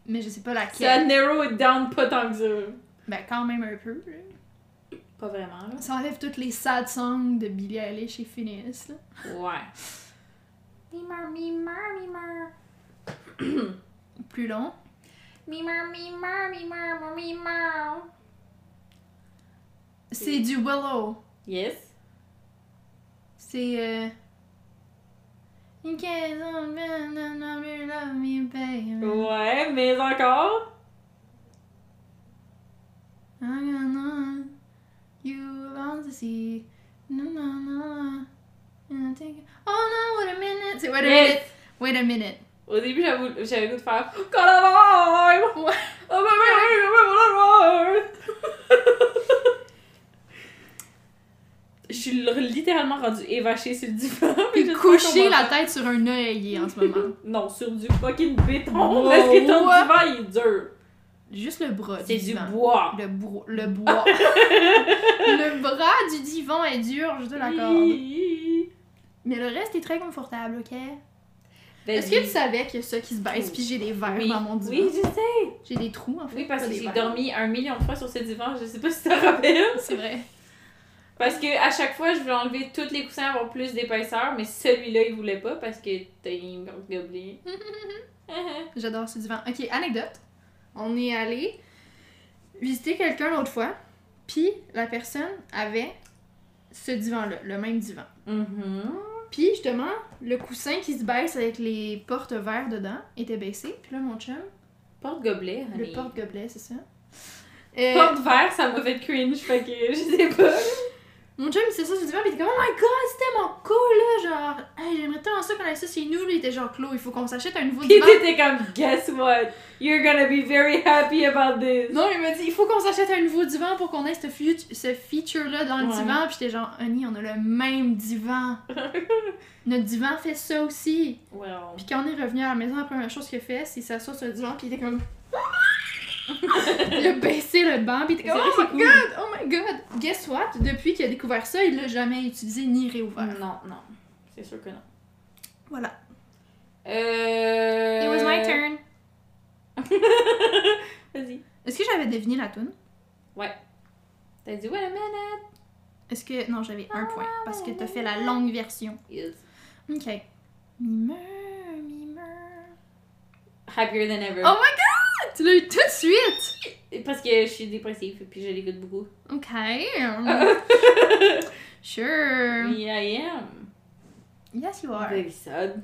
[SPEAKER 1] mais je sais pas
[SPEAKER 2] Ça
[SPEAKER 1] laquelle.
[SPEAKER 2] narrow it down pas tant que ça.
[SPEAKER 1] Ben quand même un peu. là.
[SPEAKER 2] Pas vraiment, là.
[SPEAKER 1] Ça enlève toutes les sad songs de Billie Eilish et Phineas. Là.
[SPEAKER 2] Ouais. Mimar, mimar, mimar.
[SPEAKER 1] Plus long.
[SPEAKER 2] Mimar, mimar, mimar, mimar.
[SPEAKER 1] C'est du Willow.
[SPEAKER 2] Yes.
[SPEAKER 1] C'est... Euh... You can't love me, love me, baby.
[SPEAKER 2] Ouais, mais encore.
[SPEAKER 1] I'm gonna Ah, you want to see. No, no, no. And I think, oh no, wait a minute. Say, wait a
[SPEAKER 2] Yes.
[SPEAKER 1] minute. Wait a minute.
[SPEAKER 2] Au début, j'avoue- j'avais le goût de faire Color Vibe!
[SPEAKER 1] Ouais.
[SPEAKER 2] Oh, bah, bah, bah, bah, bah, bah, bah. Je suis l- littéralement rendue évachée sur le divan. mais je
[SPEAKER 1] Puis
[SPEAKER 2] sais pas
[SPEAKER 1] coucher
[SPEAKER 2] comment
[SPEAKER 1] la
[SPEAKER 2] faire.
[SPEAKER 1] tête sur un oreiller en ce moment.
[SPEAKER 2] Non, sur du fucking béton.
[SPEAKER 1] Wow.
[SPEAKER 2] Parce que ton divan, il est dur.
[SPEAKER 1] Juste le bras.
[SPEAKER 2] C'est du
[SPEAKER 1] divan.
[SPEAKER 2] bois.
[SPEAKER 1] Le, bro- le bois. le bras du divan est dur, je te l'accorde.
[SPEAKER 2] Hi, hi.
[SPEAKER 1] Mais le reste est très confortable, ok?
[SPEAKER 2] Vas-y.
[SPEAKER 1] Est-ce que tu savais qu'il y a ça qui se baisse,
[SPEAKER 2] Oui.
[SPEAKER 1] puis j'ai des verres
[SPEAKER 2] Ben oui.
[SPEAKER 1] dans mon divan?
[SPEAKER 2] Oui, je sais.
[SPEAKER 1] J'ai des trous, en fait.
[SPEAKER 2] Oui, parce
[SPEAKER 1] pas
[SPEAKER 2] que
[SPEAKER 1] des
[SPEAKER 2] j'ai
[SPEAKER 1] verres.
[SPEAKER 2] dormi un million de fois sur ce divan. Je sais pas si tu te rappelles.
[SPEAKER 1] C'est vrai.
[SPEAKER 2] Parce que à chaque fois, je voulais enlever tous les coussins avoir plus d'épaisseur, mais celui-là, il voulait pas parce que t'as une marque de blé.
[SPEAKER 1] J'adore ce divan. Ok, anecdote. On est allé visiter quelqu'un l'autre fois, puis la personne avait ce divan-là, le même divan.
[SPEAKER 2] Mhm.
[SPEAKER 1] Puis justement, le coussin qui se baisse avec les portes vertes dedans était baissé. Puis là, mon chum,
[SPEAKER 2] Porte-gobelet,
[SPEAKER 1] le
[SPEAKER 2] honey.
[SPEAKER 1] porte-gobelet, c'est ça? Euh,
[SPEAKER 2] Porte-verre, ça m'a fait cringe, fait que je sais pas.
[SPEAKER 1] Mon chum, c'est ça, ce divan, pis il était comme, oh my god, c'était mon cool, là, genre, hey, j'aimerais tellement ça qu'on ait ça chez nous, là, il était genre, Claude, il faut qu'on s'achète un nouveau
[SPEAKER 2] Puis
[SPEAKER 1] divan.
[SPEAKER 2] t'étais comme, guess what? You're gonna be very happy about this.
[SPEAKER 1] Non, il m'a dit, il faut qu'on s'achète un nouveau divan pour qu'on ait ce, fut- ce feature-là dans le
[SPEAKER 2] Ouais.
[SPEAKER 1] divan. Puis j'étais genre, Honey, on a le même divan. Notre divan fait ça aussi.
[SPEAKER 2] Well.
[SPEAKER 1] Puis quand on est revenu à la maison, la première chose qu'il a fait, c'est s'asseoir sur le divan, puis il était comme. il a baissé le banc, puis il était
[SPEAKER 2] C'est
[SPEAKER 1] comme,
[SPEAKER 2] vrai,
[SPEAKER 1] oh
[SPEAKER 2] c'est
[SPEAKER 1] my
[SPEAKER 2] cool.
[SPEAKER 1] god, oh my god. Guess what? Depuis qu'il a découvert ça, il l'a jamais utilisé ni réouvert.
[SPEAKER 2] Non, non. C'est sûr que non.
[SPEAKER 1] Mm. Voilà.
[SPEAKER 2] Euh...
[SPEAKER 1] It was my turn.
[SPEAKER 2] Euh, Vas-y.
[SPEAKER 1] Est-ce que j'avais deviné la toune?
[SPEAKER 2] T'as dit, wait a minute.
[SPEAKER 1] Est-ce que. Non, j'avais un point, parce que t'as fait la longue version.
[SPEAKER 2] Yes.
[SPEAKER 1] Ok. Mimeur, mimeur.
[SPEAKER 2] Happier than ever.
[SPEAKER 1] Oh my god! Tu l'as eu tout de suite!
[SPEAKER 2] Parce que je suis dépressive et puis je l'écoute beaucoup.
[SPEAKER 1] Ok. sure.
[SPEAKER 2] Yeah, I am.
[SPEAKER 1] Yes, you are.
[SPEAKER 2] Very sad.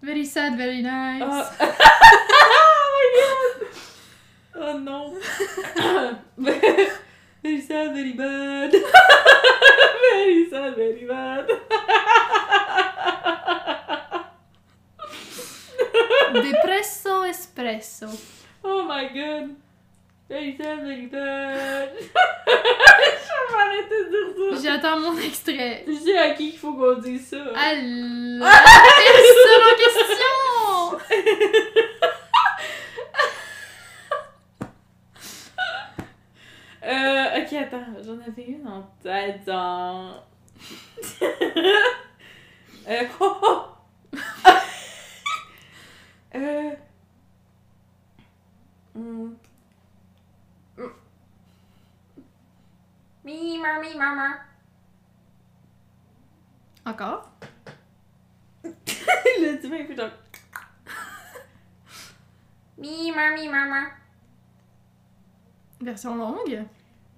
[SPEAKER 1] Very sad, very nice.
[SPEAKER 2] Oh. Oh my god. Oh non. very sad, very bad. very sad, very bad.
[SPEAKER 1] Depresso espresso.
[SPEAKER 2] Oh my god. Very sad, very bad. je vais arrêter de dire ça.
[SPEAKER 1] J'attends mon extrait.
[SPEAKER 2] Je sais à qui il faut qu'on dise ça.
[SPEAKER 1] À la personne en question!
[SPEAKER 2] Euh, ok, attends, j'en avais une en tête. hein. euh, oh, oh! euh. hmm. Mi, mar, mi, mar, mar.
[SPEAKER 1] Encore?
[SPEAKER 2] Le divan, il fait genre. Mi, mar, mi, mar, mar.
[SPEAKER 1] Version longue?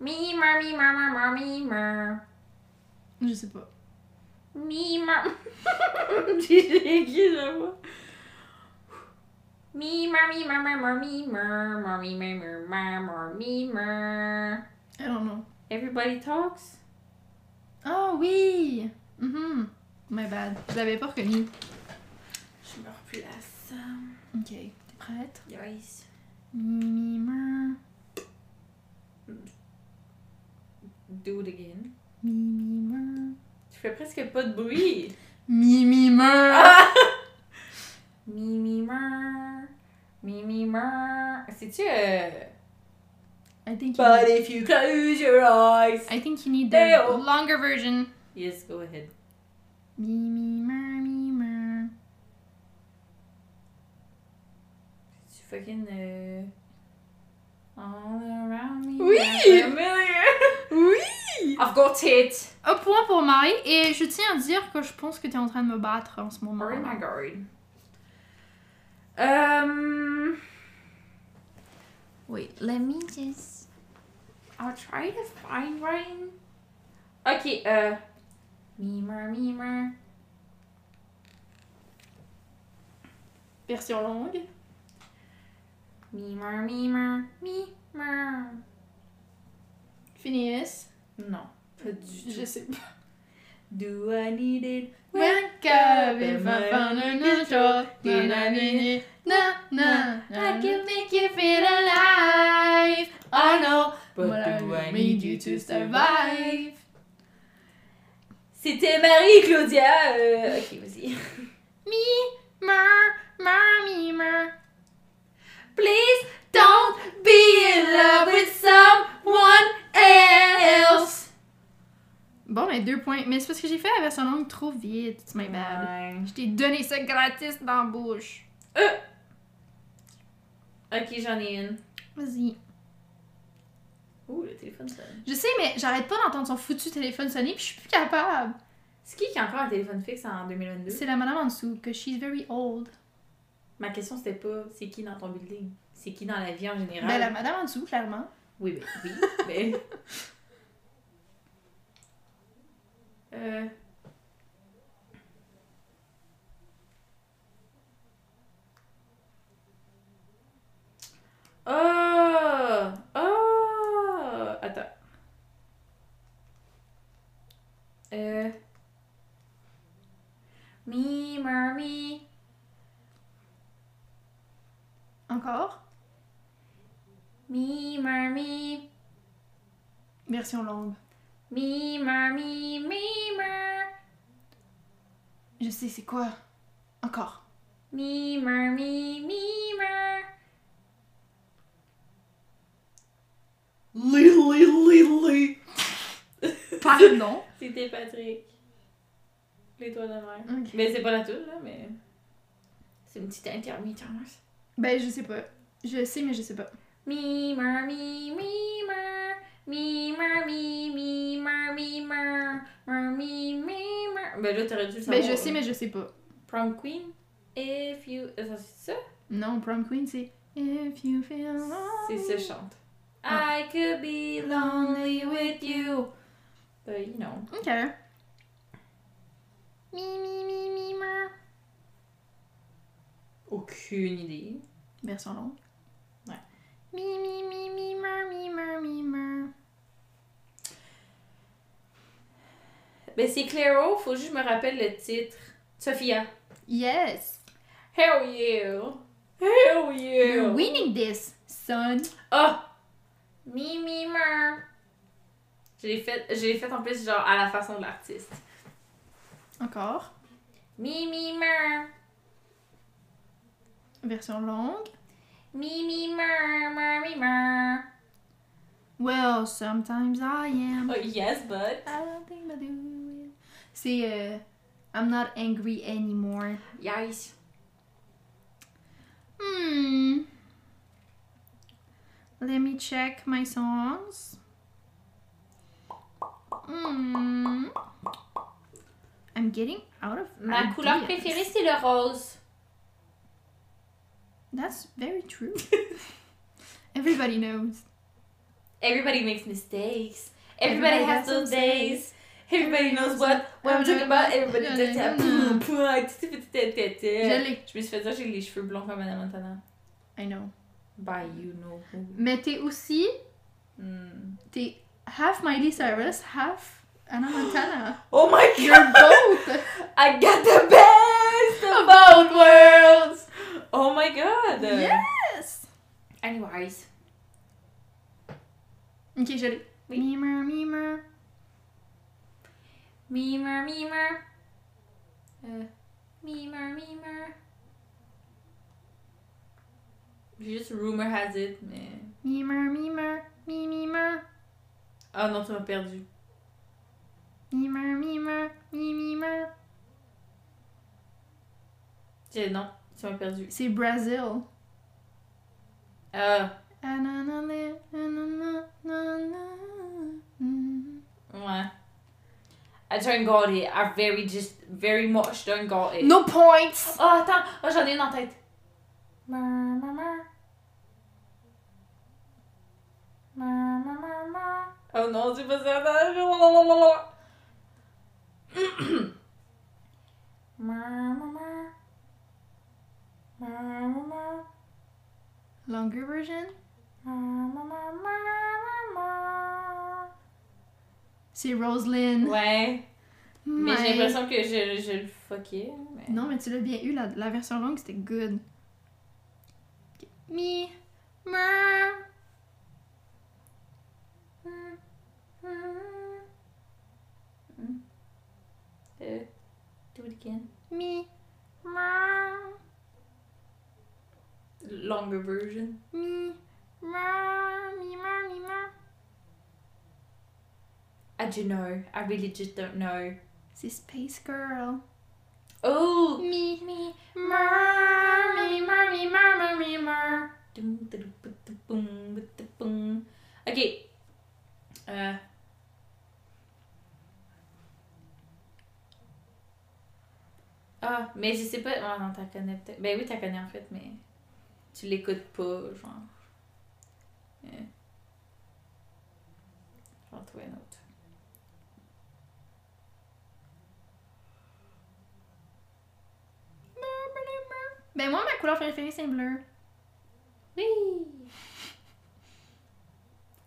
[SPEAKER 2] Mi, mar, mi, mar, mar, mar, mi, mar.
[SPEAKER 1] Je sais pas.
[SPEAKER 2] Mi mar. J'ai écrit la voix. Mi mar mi mar mar mar mi mar mar mi mar mar mar mar mi mar.
[SPEAKER 1] I don't know.
[SPEAKER 2] Everybody talks.
[SPEAKER 1] Ah oui! Mhm. My bad. Je l'avais pas reconnu.
[SPEAKER 2] Je me replace.
[SPEAKER 1] Ok. T'es prête?
[SPEAKER 2] Yes.
[SPEAKER 1] Mimeur.
[SPEAKER 2] Do it again.
[SPEAKER 1] Mimimeur.
[SPEAKER 2] Tu fais presque pas de bruit.
[SPEAKER 1] Mimimeur.
[SPEAKER 2] Mi mi mar. Mi mi mar. C'est-tu. euh,
[SPEAKER 1] I think you
[SPEAKER 2] But
[SPEAKER 1] need,
[SPEAKER 2] if you close your eyes.
[SPEAKER 1] I think you need the
[SPEAKER 2] Théo.
[SPEAKER 1] longer version.
[SPEAKER 2] Yes, go ahead.
[SPEAKER 1] Mimimeur, mimeur.
[SPEAKER 2] Tu fucking. Euh... All around me.
[SPEAKER 1] Oui!
[SPEAKER 2] I'm familiar.
[SPEAKER 1] Oui!
[SPEAKER 2] I've got it!
[SPEAKER 1] Un point pour Marie et je tiens à dire que je pense que t'es en train de me battre en ce moment.
[SPEAKER 2] Oh my god. Um. Wait, let me just. I'll try to find one. Okay, uh. Memer, memer.
[SPEAKER 1] Version longue.
[SPEAKER 2] Memer, memer. Memer.
[SPEAKER 1] Phineas.
[SPEAKER 2] Non, pas du tout.
[SPEAKER 1] sais pas.
[SPEAKER 2] Do I need it?
[SPEAKER 1] Wake up and find a new job. Na na na na na
[SPEAKER 2] I
[SPEAKER 1] na.
[SPEAKER 2] can make you feel alive.
[SPEAKER 1] I know
[SPEAKER 2] But
[SPEAKER 1] what I
[SPEAKER 2] do I
[SPEAKER 1] need you to survive.
[SPEAKER 2] C'était Marie Claudia. euh, ok, vas-y.
[SPEAKER 1] Mer, mer, me, mer.
[SPEAKER 2] Please don't be in love with someone else.
[SPEAKER 1] Bon, ben deux points. Mais c'est parce que j'ai fait la version longue trop vite. It's my bad. Je t'ai donné ça gratis dans la bouche.
[SPEAKER 2] Ok, j'en ai une.
[SPEAKER 1] Vas-y.
[SPEAKER 2] Ouh, le téléphone sonne.
[SPEAKER 1] Je sais, mais j'arrête pas d'entendre son foutu téléphone sonner, puis je suis plus capable.
[SPEAKER 2] C'est qui qui a encore un téléphone fixe en 2022?
[SPEAKER 1] C'est la madame en dessous, que she's very old.
[SPEAKER 2] Ma question c'était pas c'est qui dans ton building, c'est qui dans la vie en général.
[SPEAKER 1] Ben, la madame en dessous, clairement.
[SPEAKER 2] Oui, ben, oui, ben. Euh. Euh, Oh! Oh! Attends. Euh. Me, mommy.
[SPEAKER 1] Encore?
[SPEAKER 2] Me, mommy.
[SPEAKER 1] Version longue.
[SPEAKER 2] Mimer, mimer, mimer,
[SPEAKER 1] Je sais, c'est quoi? Encore.
[SPEAKER 2] mimer, mi- mimer.
[SPEAKER 1] Lily, Lily. Pardon?
[SPEAKER 2] C'était Patrick. L'étoile de mer.
[SPEAKER 1] Ok.
[SPEAKER 2] Mais c'est pas la tour là, mais. C'est une petite intermittence.
[SPEAKER 1] Ben, je sais pas. Je sais, mais je sais pas.
[SPEAKER 2] Mimer, mi- mimer, mimer, mi- mimer, mimer, mer, mi- mimer. Ben là, t'aurais dû le savoir.
[SPEAKER 1] Ben, je sais,
[SPEAKER 2] là.
[SPEAKER 1] mais je sais pas.
[SPEAKER 2] Prom Queen, if you. Attends, c'est ça?
[SPEAKER 1] Non, prom queen, c'est... If you feel
[SPEAKER 2] C'est ça, je
[SPEAKER 1] lonely.
[SPEAKER 2] chante. I could be lonely with you. But you know.
[SPEAKER 1] Ok. Mi, mi, mi, mi, mer.
[SPEAKER 2] Aucune idée.
[SPEAKER 1] Version longue.
[SPEAKER 2] Ouais.
[SPEAKER 1] Mi, mi, mi, mi, mer, mi, mer, mi, mer.
[SPEAKER 2] Ben c'est Clairo, faut juste que je me rappelle le titre. Sophia.
[SPEAKER 1] Yes!
[SPEAKER 2] Hell yeah! Hell yeah!
[SPEAKER 1] You're winning this, son!
[SPEAKER 2] Ah! Mi mi mer. Je l'ai fait, je l'ai fait en plus genre à la façon de l'artiste.
[SPEAKER 1] Encore.
[SPEAKER 2] Mi mi mer.
[SPEAKER 1] Version longue.
[SPEAKER 2] Mi mi mer, mer mi mer.
[SPEAKER 1] Well, sometimes I am.
[SPEAKER 2] Oh yes, but.
[SPEAKER 1] I don't think I do it. C'est euh, I'm not angry anymore.
[SPEAKER 2] Yes.
[SPEAKER 1] Hmm. Let me check my songs. Hmm. I'm getting out of
[SPEAKER 2] Ma
[SPEAKER 1] ideas.
[SPEAKER 2] couleur préférée c'est le rose.
[SPEAKER 1] That's very true. Everybody knows.
[SPEAKER 2] Everybody makes mistakes. Everybody,
[SPEAKER 1] Everybody
[SPEAKER 2] has
[SPEAKER 1] has
[SPEAKER 2] those
[SPEAKER 1] some
[SPEAKER 2] days. Everybody knows what, what I'm talking about. Everybody does that. Poum, poum, titi, titi, titi, titi.
[SPEAKER 1] Je l'ai.
[SPEAKER 2] Je me suis fait dire j'ai les cheveux blonds comme Anna Montana.
[SPEAKER 1] I know.
[SPEAKER 2] By you know who.
[SPEAKER 1] Mais t'es aussi
[SPEAKER 2] Hmm.
[SPEAKER 1] t'es half Miley Cyrus, half Anna Montana.
[SPEAKER 2] Oh my god!
[SPEAKER 1] You're both.
[SPEAKER 2] I got the best of both worlds! Oh my god!
[SPEAKER 1] Yes.
[SPEAKER 2] Anyways.
[SPEAKER 1] Ok, je l'ai.
[SPEAKER 2] Oui.
[SPEAKER 1] Mimer, mimer.
[SPEAKER 2] Mimer, mimer. Euh, mimer, mimer. Juste rumor has it, mais.
[SPEAKER 1] Mimer, mimer, mi, mimer,
[SPEAKER 2] Ah non, tu m'as perdu.
[SPEAKER 1] mimer, mimer, mi, mimer.
[SPEAKER 2] J'ai- Non, tu m'as perdu.
[SPEAKER 1] C'est Brazil.
[SPEAKER 2] Ah,
[SPEAKER 1] Ah, na, na, na, na, na, na, na, Mm-hmm. na.
[SPEAKER 2] ouais. I don't got it. I very just, very much don't got it.
[SPEAKER 1] No points!
[SPEAKER 2] Oh, attends, oh, j'en ai une en tête. Meur, meur, meur. Meur, meur, meur, meur. Oh non, c'est pas ça. Attends, je- lalalala. Meur, meur, meur. Meur, meur, meur.
[SPEAKER 1] Longer version?
[SPEAKER 2] Meur, meur, meur, meur, meur, meur.
[SPEAKER 1] C'est Roselyn.
[SPEAKER 2] Ouais. Mais
[SPEAKER 1] Ouais.
[SPEAKER 2] j'ai l'impression que je, je le fuckais. mais-
[SPEAKER 1] Non, mais tu l'as bien eu, la, la version longue, c'était good. Ok. Mi. Ma.
[SPEAKER 2] Euh, do it again.
[SPEAKER 1] Mi. Ma.
[SPEAKER 2] Longer version.
[SPEAKER 1] Mi. Ma. Mi. Ma. Mi. Ma.
[SPEAKER 2] I don't Ah, know. I really just don't know.
[SPEAKER 1] C'est Space Girl.
[SPEAKER 2] Oh!
[SPEAKER 1] Mi. Mi. Ma. Mi. Ma. Mi. Ma. Mi. Ma.
[SPEAKER 2] Ok. Euh. Ah, mais je sais pas. Ah non, t'as connais peut-être. Ben oui, t'as connais en fait, mais tu l'écoutes pas, genre. Euh. Je vais en trouver un autre.
[SPEAKER 1] Ben moi, ma couleur préférée, c'est le bleu.
[SPEAKER 2] Oui!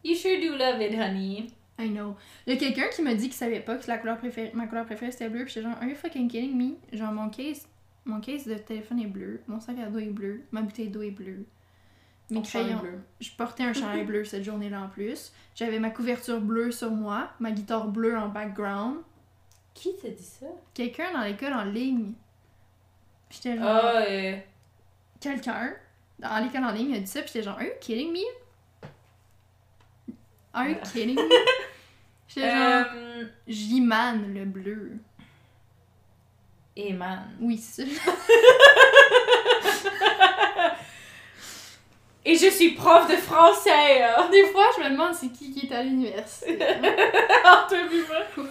[SPEAKER 2] You sure do love it, honey.
[SPEAKER 1] I know. Il y a quelqu'un qui m'a dit qu'il savait pas que la couleur préférée, ma couleur préférée c'était bleu, puis j'étais genre, are you fucking kidding me? Genre, mon case, mon case de téléphone est bleu, mon sac à dos est bleu, ma bouteille d'eau est bleue. Mes
[SPEAKER 2] Ton char est
[SPEAKER 1] crayons.
[SPEAKER 2] bleu.
[SPEAKER 1] Je portais un chandail bleu cette journée-là en plus. J'avais ma couverture bleue sur moi, ma guitare bleue en background.
[SPEAKER 2] Qui t'a dit ça?
[SPEAKER 1] Quelqu'un dans l'école en ligne. Puis j'étais genre,
[SPEAKER 2] Ah, euh,
[SPEAKER 1] quelqu'un dans l'école en ligne a dit ça, puis j'étais genre, are you kidding me? Are
[SPEAKER 2] Ah.
[SPEAKER 1] you kidding me? J'étais genre,
[SPEAKER 2] euh,
[SPEAKER 1] j'imane le bleu.
[SPEAKER 2] Eman.
[SPEAKER 1] Oui, c'est ça.
[SPEAKER 2] Et je suis prof de français, hein!
[SPEAKER 1] Des fois, je me demande c'est qui qui est à l'université.
[SPEAKER 2] Entre vivants.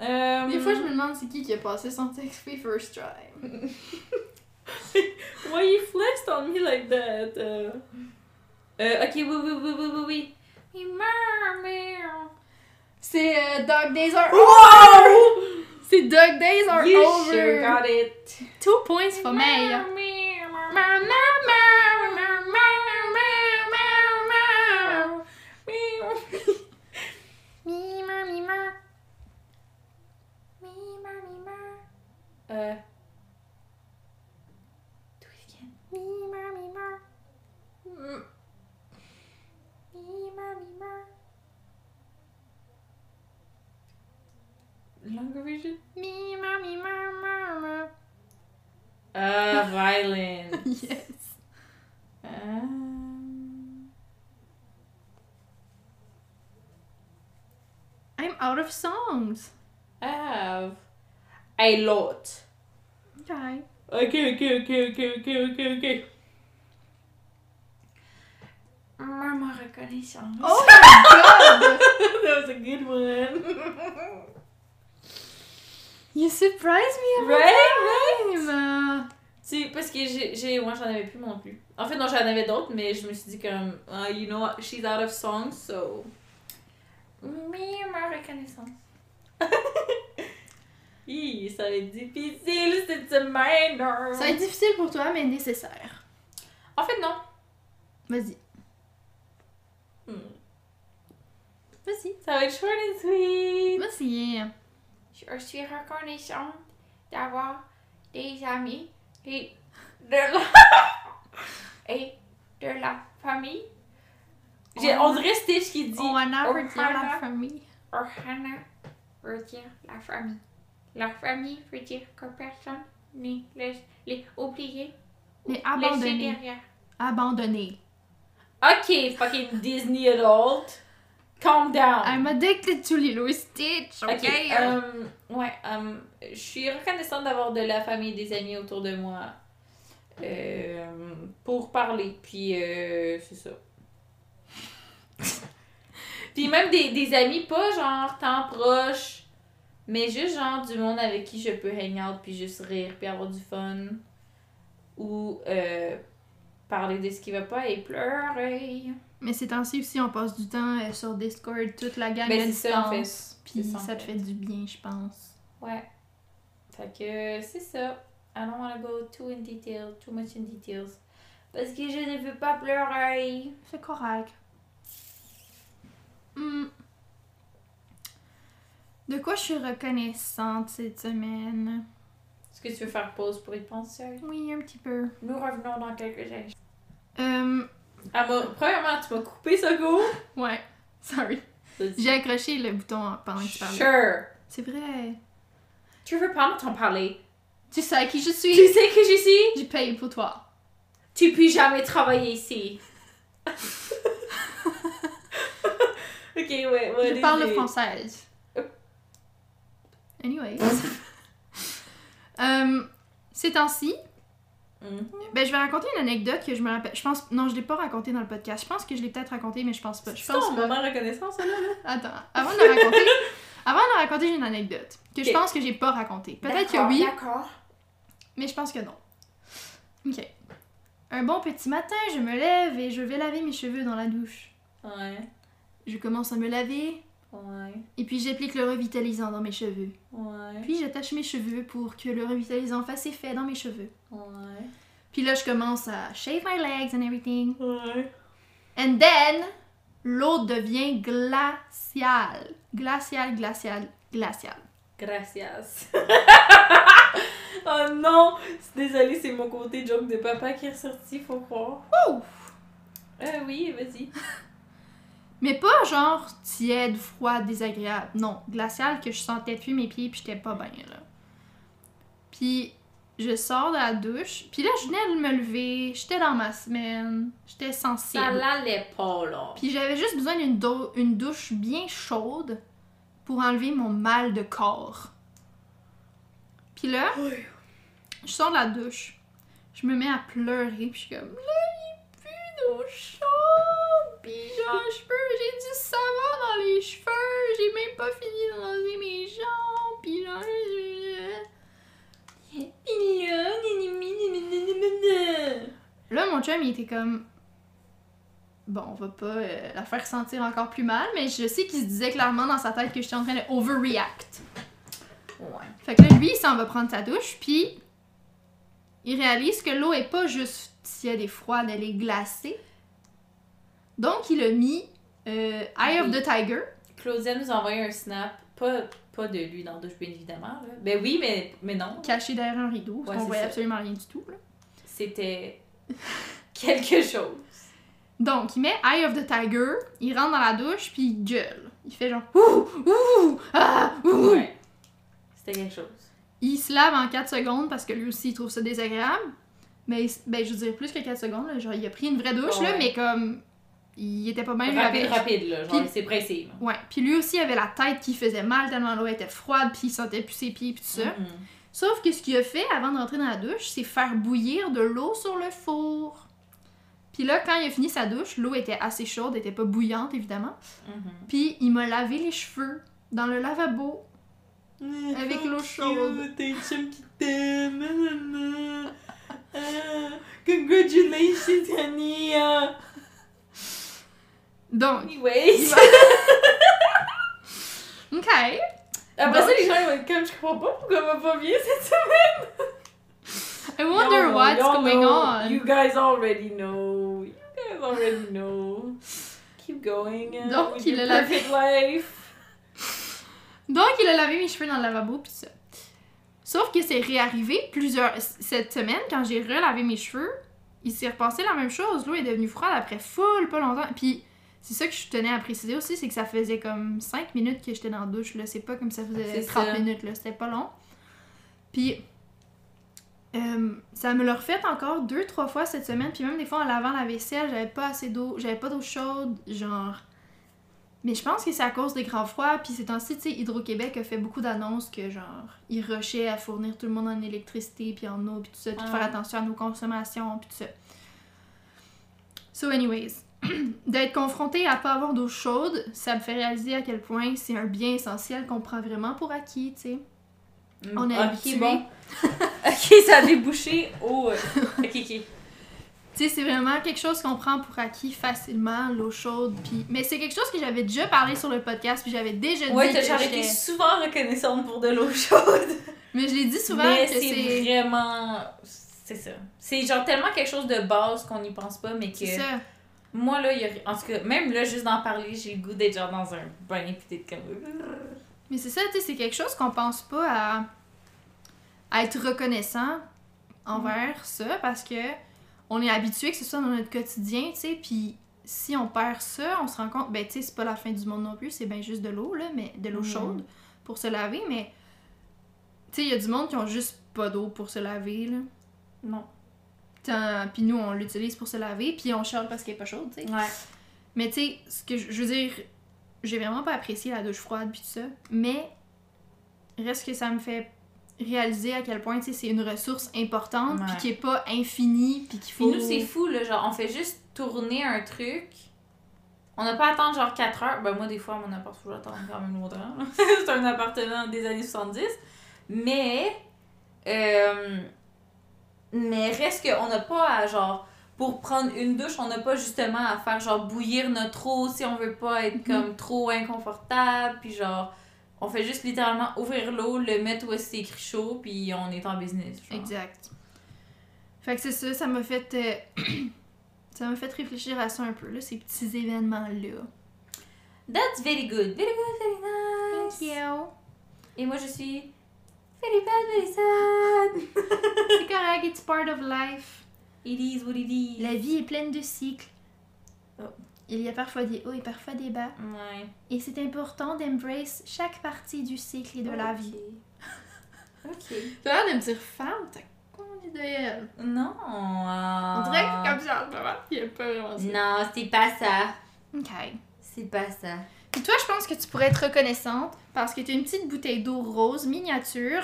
[SPEAKER 2] Euh,
[SPEAKER 1] Des fois, je me demande c'est qui qui a passé son texte free first try.
[SPEAKER 2] Why you flexed on me like that? Euh, euh, ok, oui, oui, oui, oui, oui, oui.
[SPEAKER 1] C'est euh, Dog Days Are Over!
[SPEAKER 2] Wow!
[SPEAKER 1] C'est Dog Days Are
[SPEAKER 2] You sure
[SPEAKER 1] Over!
[SPEAKER 2] got it.
[SPEAKER 1] Two points for me.
[SPEAKER 2] Euh. Do it again. Mm. Longer version? Ah, violent.
[SPEAKER 1] Yes.
[SPEAKER 2] Um,
[SPEAKER 1] I'm out of songs.
[SPEAKER 2] I have a lot.
[SPEAKER 1] Okay.
[SPEAKER 2] Okay, okay, okay, okay, okay, okay, okay. Maman reconnaissance.
[SPEAKER 1] Oh my god!
[SPEAKER 2] that was a good one.
[SPEAKER 1] You surprise me every
[SPEAKER 2] Right,
[SPEAKER 1] time! Euh,
[SPEAKER 2] C'est parce que j'ai, j'ai- moi j'en avais plus moi non plus. En fait non j'en avais d'autres mais je me suis dit comme Ah, you know what, she's out of songs so. Mais ma reconnaissance. Hi, ça va être difficile cette semaine. hein.
[SPEAKER 1] Ça va être difficile pour toi, mais nécessaire.
[SPEAKER 2] En fait non.
[SPEAKER 1] Vas-y,
[SPEAKER 2] Hmm.
[SPEAKER 1] vas-y,
[SPEAKER 2] Ça va être short and sweet.
[SPEAKER 1] vas-y.
[SPEAKER 2] Je suis reconnaissante d'avoir des amis et de la, et de la famille.
[SPEAKER 1] Oh.
[SPEAKER 2] J'ai, on dirait Stitch qui dit
[SPEAKER 1] On a
[SPEAKER 2] Oh,
[SPEAKER 1] pour dire la
[SPEAKER 2] Hannah.
[SPEAKER 1] famille.
[SPEAKER 3] Or Hannah veut dire la famille. La famille veut dire que personne n'est laisse- l'est oublié
[SPEAKER 1] Mais
[SPEAKER 3] ou laissé
[SPEAKER 1] abandonner.
[SPEAKER 3] derrière.
[SPEAKER 1] Abandonner.
[SPEAKER 2] Ok, fucking Disney adult. Calm down.
[SPEAKER 1] I'm addicted to Lilo et Stitch, ok? euh,
[SPEAKER 2] ok. um, ouais, um, je suis reconnaissante d'avoir de la famille et des amis autour de moi euh, pour parler. Puis euh, c'est ça. Puis même des, des amis, pas genre tant proches, mais juste genre du monde avec qui je peux hang out, puis juste rire, puis avoir du fun. Ou euh, parler de ce qui va pas et pleurer.
[SPEAKER 1] Mais ces temps-ci aussi, on passe du temps euh, sur Discord, toute la gang
[SPEAKER 2] Ben,
[SPEAKER 1] à
[SPEAKER 2] c'est ça, en fait.
[SPEAKER 1] distance. Puis
[SPEAKER 2] C'est ça,
[SPEAKER 1] ça,
[SPEAKER 2] en
[SPEAKER 1] te
[SPEAKER 2] fait.
[SPEAKER 1] fait du bien, je pense.
[SPEAKER 2] Ouais. Fait que c'est ça. I don't wanna go too in detail, too much in details. Parce que je ne veux pas pleurer.
[SPEAKER 1] C'est correct. Hmm. De quoi je suis reconnaissante cette semaine?
[SPEAKER 2] Est-ce que tu veux faire pause pour y penser?
[SPEAKER 1] Oui, un petit peu.
[SPEAKER 3] Nous revenons dans quelques instants.
[SPEAKER 1] Euh,
[SPEAKER 2] Ah, moi, premièrement, tu m'as coupé ce go.
[SPEAKER 1] ouais, sorry. J'ai accroché le bouton pendant que tu parlais.
[SPEAKER 2] Sure.
[SPEAKER 1] C'est vrai.
[SPEAKER 2] Tu veux pas m'entendre parler.
[SPEAKER 1] Tu sais à qui je
[SPEAKER 2] Tu
[SPEAKER 1] suis?
[SPEAKER 2] sais que je suis?
[SPEAKER 1] Je paye pour toi.
[SPEAKER 2] Tu peux jamais travailler ici. ok, ouais, what
[SPEAKER 1] Je
[SPEAKER 2] is
[SPEAKER 1] parle
[SPEAKER 2] it?
[SPEAKER 1] française. Oh. Anyways. Euh, ces temps-ci,
[SPEAKER 2] Mhm.
[SPEAKER 1] ben, je vais raconter une anecdote que je me rappelle. Je pense. Non, je l'ai pas racontée dans le podcast. Je pense que je l'ai peut-être racontée, mais je pense pas. Je
[SPEAKER 2] C'est ton
[SPEAKER 1] pense pas.
[SPEAKER 2] moment de reconnaissance, là.
[SPEAKER 1] Attends, avant de la raconter. Avant de la raconter, j'ai une anecdote que je
[SPEAKER 2] Ok.
[SPEAKER 1] pense que j'ai pas racontée. Peut-être que
[SPEAKER 3] D'accord,
[SPEAKER 1] oui,
[SPEAKER 3] D'accord.
[SPEAKER 1] mais je pense que non. Ok. Un bon petit matin, je me lève et je vais laver mes cheveux dans la douche.
[SPEAKER 2] Ouais,
[SPEAKER 1] Je commence à me laver
[SPEAKER 2] ouais,
[SPEAKER 1] et puis j'applique le revitalisant dans mes cheveux.
[SPEAKER 2] ouais,
[SPEAKER 1] Puis j'attache mes cheveux pour que le revitalisant fasse effet dans mes cheveux.
[SPEAKER 2] ouais.
[SPEAKER 1] Puis là, je commence à shave my legs and everything.
[SPEAKER 2] Ouais.
[SPEAKER 1] And then, l'eau devient glaciale. Glaciale, glaciale, glaciale.
[SPEAKER 2] Gracias. oh non! Désolée, c'est mon côté joke de papa qui est ressorti, faut croire.
[SPEAKER 1] Ouh!
[SPEAKER 2] Euh, oui, vas-y.
[SPEAKER 1] Mais pas genre tiède, froid, désagréable. Non, glacial que je sentais plus mes pieds puis j'étais pas bien là. Puis je sors de la douche, puis là je venais de me lever, j'étais dans ma semaine, j'étais
[SPEAKER 2] Ça
[SPEAKER 1] sensible.
[SPEAKER 2] l'allait pas, là.
[SPEAKER 1] Puis j'avais juste besoin d'une dou- une douche bien chaude pour enlever mon mal de corps. Puis là, je sors de la douche. Je me mets à pleurer, puis je suis comme là, il pue d'eau chaude. Puis genre, je peux, j'ai du savon dans les cheveux, j'ai même pas fini de raser mes jambes. Puis là, je- là mon chum, il était comme bon, on va pas euh, la faire sentir encore plus mal, mais je sais qu'il se disait clairement dans sa tête que j'étais en train de overreact.
[SPEAKER 2] Ouais.
[SPEAKER 1] Fait que là, lui, il s'en va prendre sa douche, puis il réalise que l'eau est pas juste tiède et froide, elle est glacée. Donc, il a mis euh, Eye of the Tiger.
[SPEAKER 2] Claudia nous a envoyé un snap, pas, pas de lui dans la douche, bien évidemment. Là. Ben oui, mais, mais non.
[SPEAKER 1] caché derrière un rideau,
[SPEAKER 2] Ouais,
[SPEAKER 1] parce qu'on
[SPEAKER 2] c'est
[SPEAKER 1] voyait
[SPEAKER 2] ça.
[SPEAKER 1] absolument rien du tout. là.
[SPEAKER 2] C'était quelque chose.
[SPEAKER 1] Donc, il met Eye of the Tiger, il rentre dans la douche, puis il gueule. Il fait genre Ouh! Ouh! Ah! Ouh!
[SPEAKER 2] Ouais. C'était quelque chose.
[SPEAKER 1] Il se lave en 4 secondes parce que lui aussi, il trouve ça désagréable. Mais, ben, je veux dire, plus que 4 secondes, là, genre, il a pris une vraie douche, là,
[SPEAKER 2] Ouais.
[SPEAKER 1] mais comme, il était pas bien lui
[SPEAKER 2] rapide,
[SPEAKER 1] avec.
[SPEAKER 2] rapide, là. Genre,
[SPEAKER 1] Puis-
[SPEAKER 2] c'est pressé. là.
[SPEAKER 1] Ouais, puis lui aussi avait la tête qui faisait mal tellement l'eau était froide, puis il sentait plus ses pieds, puis tout ça.
[SPEAKER 2] Mhm.
[SPEAKER 1] Sauf que ce qu'il a fait avant de rentrer dans la douche, c'est faire bouillir de l'eau sur le four. Puis là, quand il a fini sa douche, l'eau était assez chaude, était pas bouillante évidemment.
[SPEAKER 2] Mhm.
[SPEAKER 1] Puis il m'a lavé les cheveux dans le lavabo. Avec l'eau
[SPEAKER 2] Cute,
[SPEAKER 1] chaude.
[SPEAKER 2] T'es une chum qui t'aime. nanana. Ah, Congratulations, honey. Ah.
[SPEAKER 1] Donc,
[SPEAKER 2] Anyways.
[SPEAKER 1] ok.
[SPEAKER 2] Après ça, les gens ils vont être comme, je comprends pas pourquoi va pas bien cette semaine.
[SPEAKER 1] I wonder
[SPEAKER 2] Y'all know,
[SPEAKER 1] what's
[SPEAKER 2] y'all
[SPEAKER 1] going
[SPEAKER 2] know.
[SPEAKER 1] on.
[SPEAKER 2] You guys already know. You guys already know. Keep going. uh,
[SPEAKER 1] Donc,
[SPEAKER 2] with
[SPEAKER 1] il
[SPEAKER 2] your
[SPEAKER 1] a la-
[SPEAKER 2] perfect life.
[SPEAKER 1] Donc, il a lavé mes cheveux dans le lavabo, pis ça. Sauf que c'est réarrivé plusieurs. Cette semaine, quand j'ai relavé mes cheveux, il s'est repassé la même chose. L'eau est devenue froide après full, pas longtemps. Puis, c'est ça que je tenais à préciser aussi, c'est que ça faisait comme 5 minutes que j'étais dans la douche, là. C'est pas comme ça faisait
[SPEAKER 2] C'est
[SPEAKER 1] 30
[SPEAKER 2] ça.
[SPEAKER 1] minutes, là. C'était pas long. Puis, euh, ça me l'a refait encore deux, trois fois cette semaine. Puis même des fois, en lavant la vaisselle, j'avais pas assez d'eau, j'avais pas d'eau chaude, genre. Mais je pense que c'est à cause des grands froids. Puis ces temps-ci, tu sais, Hydro-Québec a fait beaucoup d'annonces que, genre, ils rushaient à fournir tout le monde en électricité, puis en eau, puis tout ça, puis de
[SPEAKER 2] Ah.
[SPEAKER 1] faire attention à nos consommations, puis tout ça. So, anyways. D'être confronté à pas avoir d'eau chaude, ça me fait réaliser à quel point c'est un bien essentiel qu'on prend vraiment pour acquis, tu sais. On est
[SPEAKER 2] Mm. Ok,
[SPEAKER 1] habitué.
[SPEAKER 2] Ah, bon. ok, ça a débouché au. euh, Ok, ok.
[SPEAKER 1] Tu sais, c'est vraiment quelque chose qu'on prend pour acquis facilement, l'eau chaude. Puis... Mais c'est quelque chose que j'avais déjà parlé sur le podcast, puis j'avais déjà
[SPEAKER 2] Ouais,
[SPEAKER 1] dit
[SPEAKER 2] t'as
[SPEAKER 1] que
[SPEAKER 2] genre été
[SPEAKER 1] j'étais-
[SPEAKER 2] souvent reconnaissante pour de l'eau chaude.
[SPEAKER 1] Mais je l'ai dit souvent
[SPEAKER 2] mais
[SPEAKER 1] que
[SPEAKER 2] c'est
[SPEAKER 1] c'est...
[SPEAKER 2] vraiment. C'est ça. C'est genre tellement quelque chose de base qu'on n'y pense pas, mais que.
[SPEAKER 1] C'est ça.
[SPEAKER 2] Moi, là, il y a... en tout cas, même là, juste d'en parler, j'ai le goût d'être genre dans un bain et puis d'être comme.
[SPEAKER 1] Mais c'est ça, tu sais, c'est quelque chose qu'on pense pas à, à être reconnaissant envers ça parce que on est habitué que ce soit dans notre quotidien, tu sais, puis si on perd ça, on se rend compte, ben tu sais, c'est pas la fin du monde non plus, c'est bien juste de l'eau, là, mais de l'eau
[SPEAKER 2] Mhm.
[SPEAKER 1] chaude pour se laver, mais tu sais, il y a du monde qui ont juste pas d'eau pour se laver, là.
[SPEAKER 2] Non.
[SPEAKER 1] Tant- Puis nous, on l'utilise pour se laver, puis on charle parce qu'elle est pas chaude, tu sais.
[SPEAKER 2] Ouais.
[SPEAKER 1] Mais tu sais, ce que je je veux dire, j'ai vraiment pas apprécié la douche froide puis tout ça, mais reste que ça me fait réaliser à quel point tu sais c'est une ressource importante
[SPEAKER 2] Ouais.
[SPEAKER 1] puis qui est pas infinie puis qu'il
[SPEAKER 2] Puis
[SPEAKER 1] faut
[SPEAKER 2] nous, c'est fou, là. Genre, on fait juste tourner un truc. On n'a pas à attendre genre 4 heures. Ben, moi, des fois, à mon appart, faut que j'attende quand même longtemps. là. c'est un appartement des années 70. Mais. euh, mais reste qu'on n'a pas à genre. Pour prendre une douche, on n'a pas justement à faire genre bouillir notre eau si on veut pas être comme trop inconfortable. Puis genre. On fait juste littéralement ouvrir l'eau, le mettre où c'est écrit chaud, puis on est en business. genre.
[SPEAKER 1] exact. Fait que c'est ça, ça m'a fait euh, ça m'a fait réfléchir à ça un peu là, ces petits événements là.
[SPEAKER 2] That's very good. Very good, very nice. Et moi, je suis very bad, very sad.
[SPEAKER 1] C'est correct, it's part of life.
[SPEAKER 2] It is what it is.
[SPEAKER 1] La vie est pleine de cycles.
[SPEAKER 2] Oh.
[SPEAKER 1] Il y a parfois des hauts et parfois des bas.
[SPEAKER 2] Ouais.
[SPEAKER 1] Et c'est important d'embrace chaque partie du cycle et de la
[SPEAKER 2] Ok.
[SPEAKER 1] vie.
[SPEAKER 2] Ok.
[SPEAKER 1] T'as l'air de me dire femme, t'as con de elle.
[SPEAKER 2] Non.
[SPEAKER 1] On
[SPEAKER 2] On
[SPEAKER 1] dirait que comme ça, en ce moment, il y a pas vraiment ça.
[SPEAKER 2] Non, c'est pas ça.
[SPEAKER 1] Ok.
[SPEAKER 2] C'est pas ça.
[SPEAKER 1] Puis toi, je pense que tu pourrais être reconnaissante parce que t'as une petite bouteille d'eau rose miniature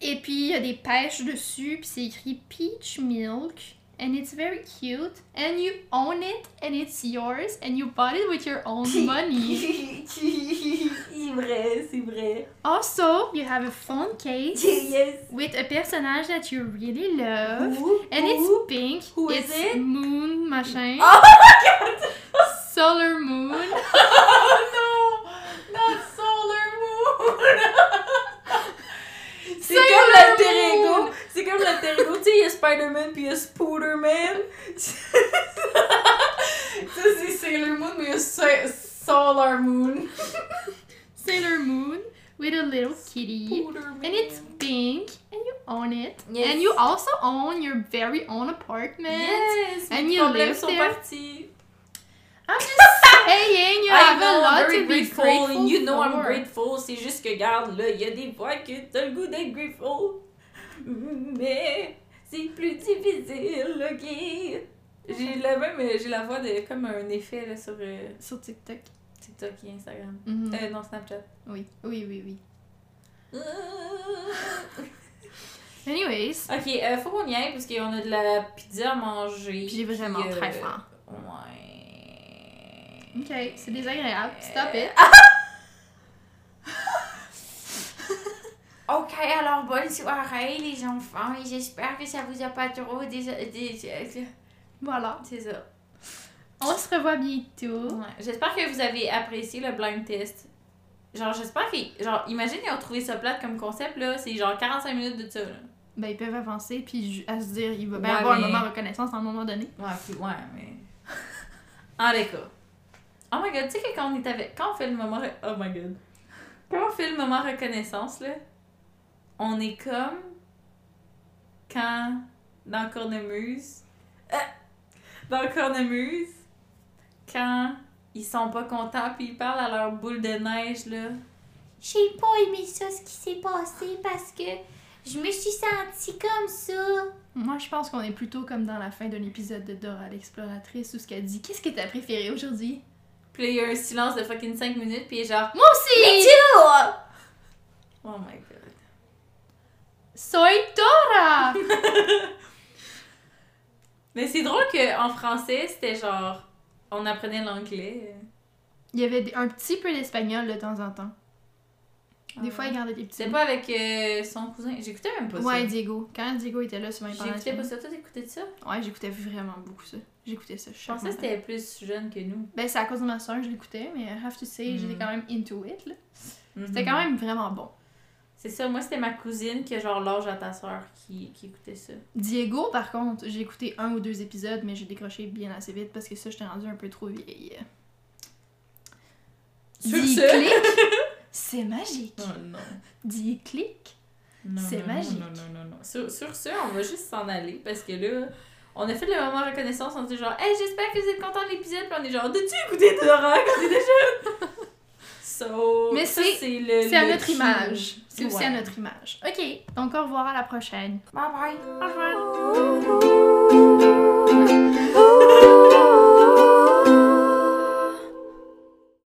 [SPEAKER 1] et puis il y a des pêches dessus puis c'est écrit peach milk and it's very cute and you own it and it's yours and you bought it with your own money.
[SPEAKER 2] c'est vrai, c'est vrai.
[SPEAKER 1] Also, you have a phone case
[SPEAKER 2] Yes.
[SPEAKER 1] with a personnage that you really love.
[SPEAKER 2] Ouh,
[SPEAKER 1] And
[SPEAKER 2] ouh.
[SPEAKER 1] it's pink.
[SPEAKER 2] Who is
[SPEAKER 1] it's
[SPEAKER 2] it?
[SPEAKER 1] Moon machin.
[SPEAKER 2] Oh
[SPEAKER 1] Solar Moon.
[SPEAKER 2] Oh non! Not Solar Moon! C'est
[SPEAKER 1] Sailor
[SPEAKER 2] comme l'alter
[SPEAKER 1] Moon!
[SPEAKER 2] ego! C'est comme l'alter ego, tu sais, il y a Spider-Man puis il y a Spooderman. ça, c'est Sailor Moon, mais il y a Sa- Solar Moon.
[SPEAKER 1] Sailor Moon with a little kitty. And it's pink. And you own it.
[SPEAKER 2] Yes.
[SPEAKER 1] And you also own your very own apartment.
[SPEAKER 2] Yes!
[SPEAKER 1] And
[SPEAKER 2] mes
[SPEAKER 1] you
[SPEAKER 2] problèmes
[SPEAKER 1] live
[SPEAKER 2] sont
[SPEAKER 1] there.
[SPEAKER 2] partis.
[SPEAKER 1] I'm just saying you have a lot to be
[SPEAKER 2] grateful.
[SPEAKER 1] grateful
[SPEAKER 2] and you know I'm
[SPEAKER 1] for.
[SPEAKER 2] grateful. C'est juste que, regarde, là, il y a des fois que t'as le goût d'être grateful. Mais c'est plus difficile, ok? J'ai la même, euh, j'ai la voix de, comme un effet, là, sur euh,
[SPEAKER 1] Sur TikTok.
[SPEAKER 2] TikTok et Instagram.
[SPEAKER 1] Mhm.
[SPEAKER 2] Euh, non, Snapchat.
[SPEAKER 1] Oui, oui, oui, oui. Anyways,
[SPEAKER 2] ok, euh, faut qu'on y aille parce qu'on a de la pizza à manger.
[SPEAKER 1] j'ai vraiment
[SPEAKER 2] puis, euh,
[SPEAKER 1] très faim.
[SPEAKER 2] Ouais.
[SPEAKER 1] Ok, c'est désagréable. Stop it.
[SPEAKER 3] Ok, alors bonne soirée les enfants et j'espère que ça vous a pas trop dés... dés-
[SPEAKER 1] Voilà.
[SPEAKER 2] C'est ça.
[SPEAKER 1] On se revoit bientôt.
[SPEAKER 2] Ouais. J'espère que vous avez apprécié le blind test. Genre, j'espère que. Genre, imagine, ils ont trouvé ça plate comme concept, là. C'est genre 45 minutes de ça, là.
[SPEAKER 1] Ben, ils peuvent avancer, puis ju- à se dire, il va bien
[SPEAKER 2] Ouais,
[SPEAKER 1] avoir
[SPEAKER 2] mais-
[SPEAKER 1] un moment de reconnaissance à un moment donné.
[SPEAKER 2] Ouais, puis ouais, mais. en tout cas. Oh my god, tu sais que quand on est avec. Quand on fait le moment. re- Oh my god. Quand on fait le moment reconnaissance, là, on est comme. Quand. Dans Cornemuse. Ah! Dans Cornemuse. Quand ils sont pas contents, puis ils parlent à leur boule de neige, là.
[SPEAKER 3] J'ai pas aimé ça ce qui s'est passé parce que je me suis sentie comme ça.
[SPEAKER 1] Moi, je pense qu'on est plutôt comme dans la fin d'un épisode de Dora l'exploratrice où ce qu'elle dit Qu'est-ce que t'as préféré aujourd'hui
[SPEAKER 2] Puis là, il y a un silence de fucking 5 minutes, puis il est genre.
[SPEAKER 1] Moi aussi
[SPEAKER 2] Oh my god.
[SPEAKER 1] Soy Dora
[SPEAKER 2] Mais c'est drôle qu'en français, c'était genre. On apprenait l'anglais.
[SPEAKER 1] Il y avait des- un petit peu d'espagnol de temps en temps. Des
[SPEAKER 2] Ah
[SPEAKER 1] fois,
[SPEAKER 2] ouais.
[SPEAKER 1] il gardait des petits.
[SPEAKER 2] C'était pas avec euh, son cousin. J'écoutais même pas
[SPEAKER 1] Ouais, Diego. Quand Diego était là, souvent
[SPEAKER 2] ça.
[SPEAKER 1] il parlait
[SPEAKER 2] J'écoutais pas
[SPEAKER 1] espagnol.
[SPEAKER 2] ça. Toi, t'écoutais ça?
[SPEAKER 1] Ouais, j'écoutais vraiment beaucoup ça. J'écoutais ça.
[SPEAKER 2] Je pensais que c'était plus jeune que nous.
[SPEAKER 1] Ben, c'est à cause de ma soeur, je l'écoutais, mais I have to say,
[SPEAKER 2] Mm.
[SPEAKER 1] j'étais quand même into it. là.
[SPEAKER 2] Hmm.
[SPEAKER 1] C'était quand même vraiment bon.
[SPEAKER 2] Mhm. C'est ça. Moi, c'était ma cousine qui a genre l'âge à ta soeur qui, qui écoutait ça.
[SPEAKER 1] Diego, par contre, j'ai écouté un ou deux épisodes, mais j'ai décroché bien assez vite parce que ça, j'étais rendue un peu trop vieille.
[SPEAKER 2] Sur
[SPEAKER 1] Dis
[SPEAKER 2] ce-
[SPEAKER 1] clic, C'est magique.
[SPEAKER 2] Oh non.
[SPEAKER 1] Dis clic.
[SPEAKER 2] Non,
[SPEAKER 1] C'est
[SPEAKER 2] non, non,
[SPEAKER 1] magique.
[SPEAKER 2] Non, non, non, non. Sur, sur ce, on va juste s'en aller parce que là, on a fait le moment reconnaissance. On était genre, hey, j'espère que vous êtes contents de l'épisode. Puis on est genre, de tu écouté de l'horreur quand était jeune? so,
[SPEAKER 1] Mais
[SPEAKER 2] ça,
[SPEAKER 1] c'est-
[SPEAKER 2] le.
[SPEAKER 1] C'est à
[SPEAKER 2] le
[SPEAKER 1] notre
[SPEAKER 2] cue.
[SPEAKER 1] image. C'est aussi
[SPEAKER 2] Ouais.
[SPEAKER 1] à notre image. Ok, donc au revoir à la prochaine.
[SPEAKER 3] Bye bye.
[SPEAKER 1] Au revoir.
[SPEAKER 3] Bye bye.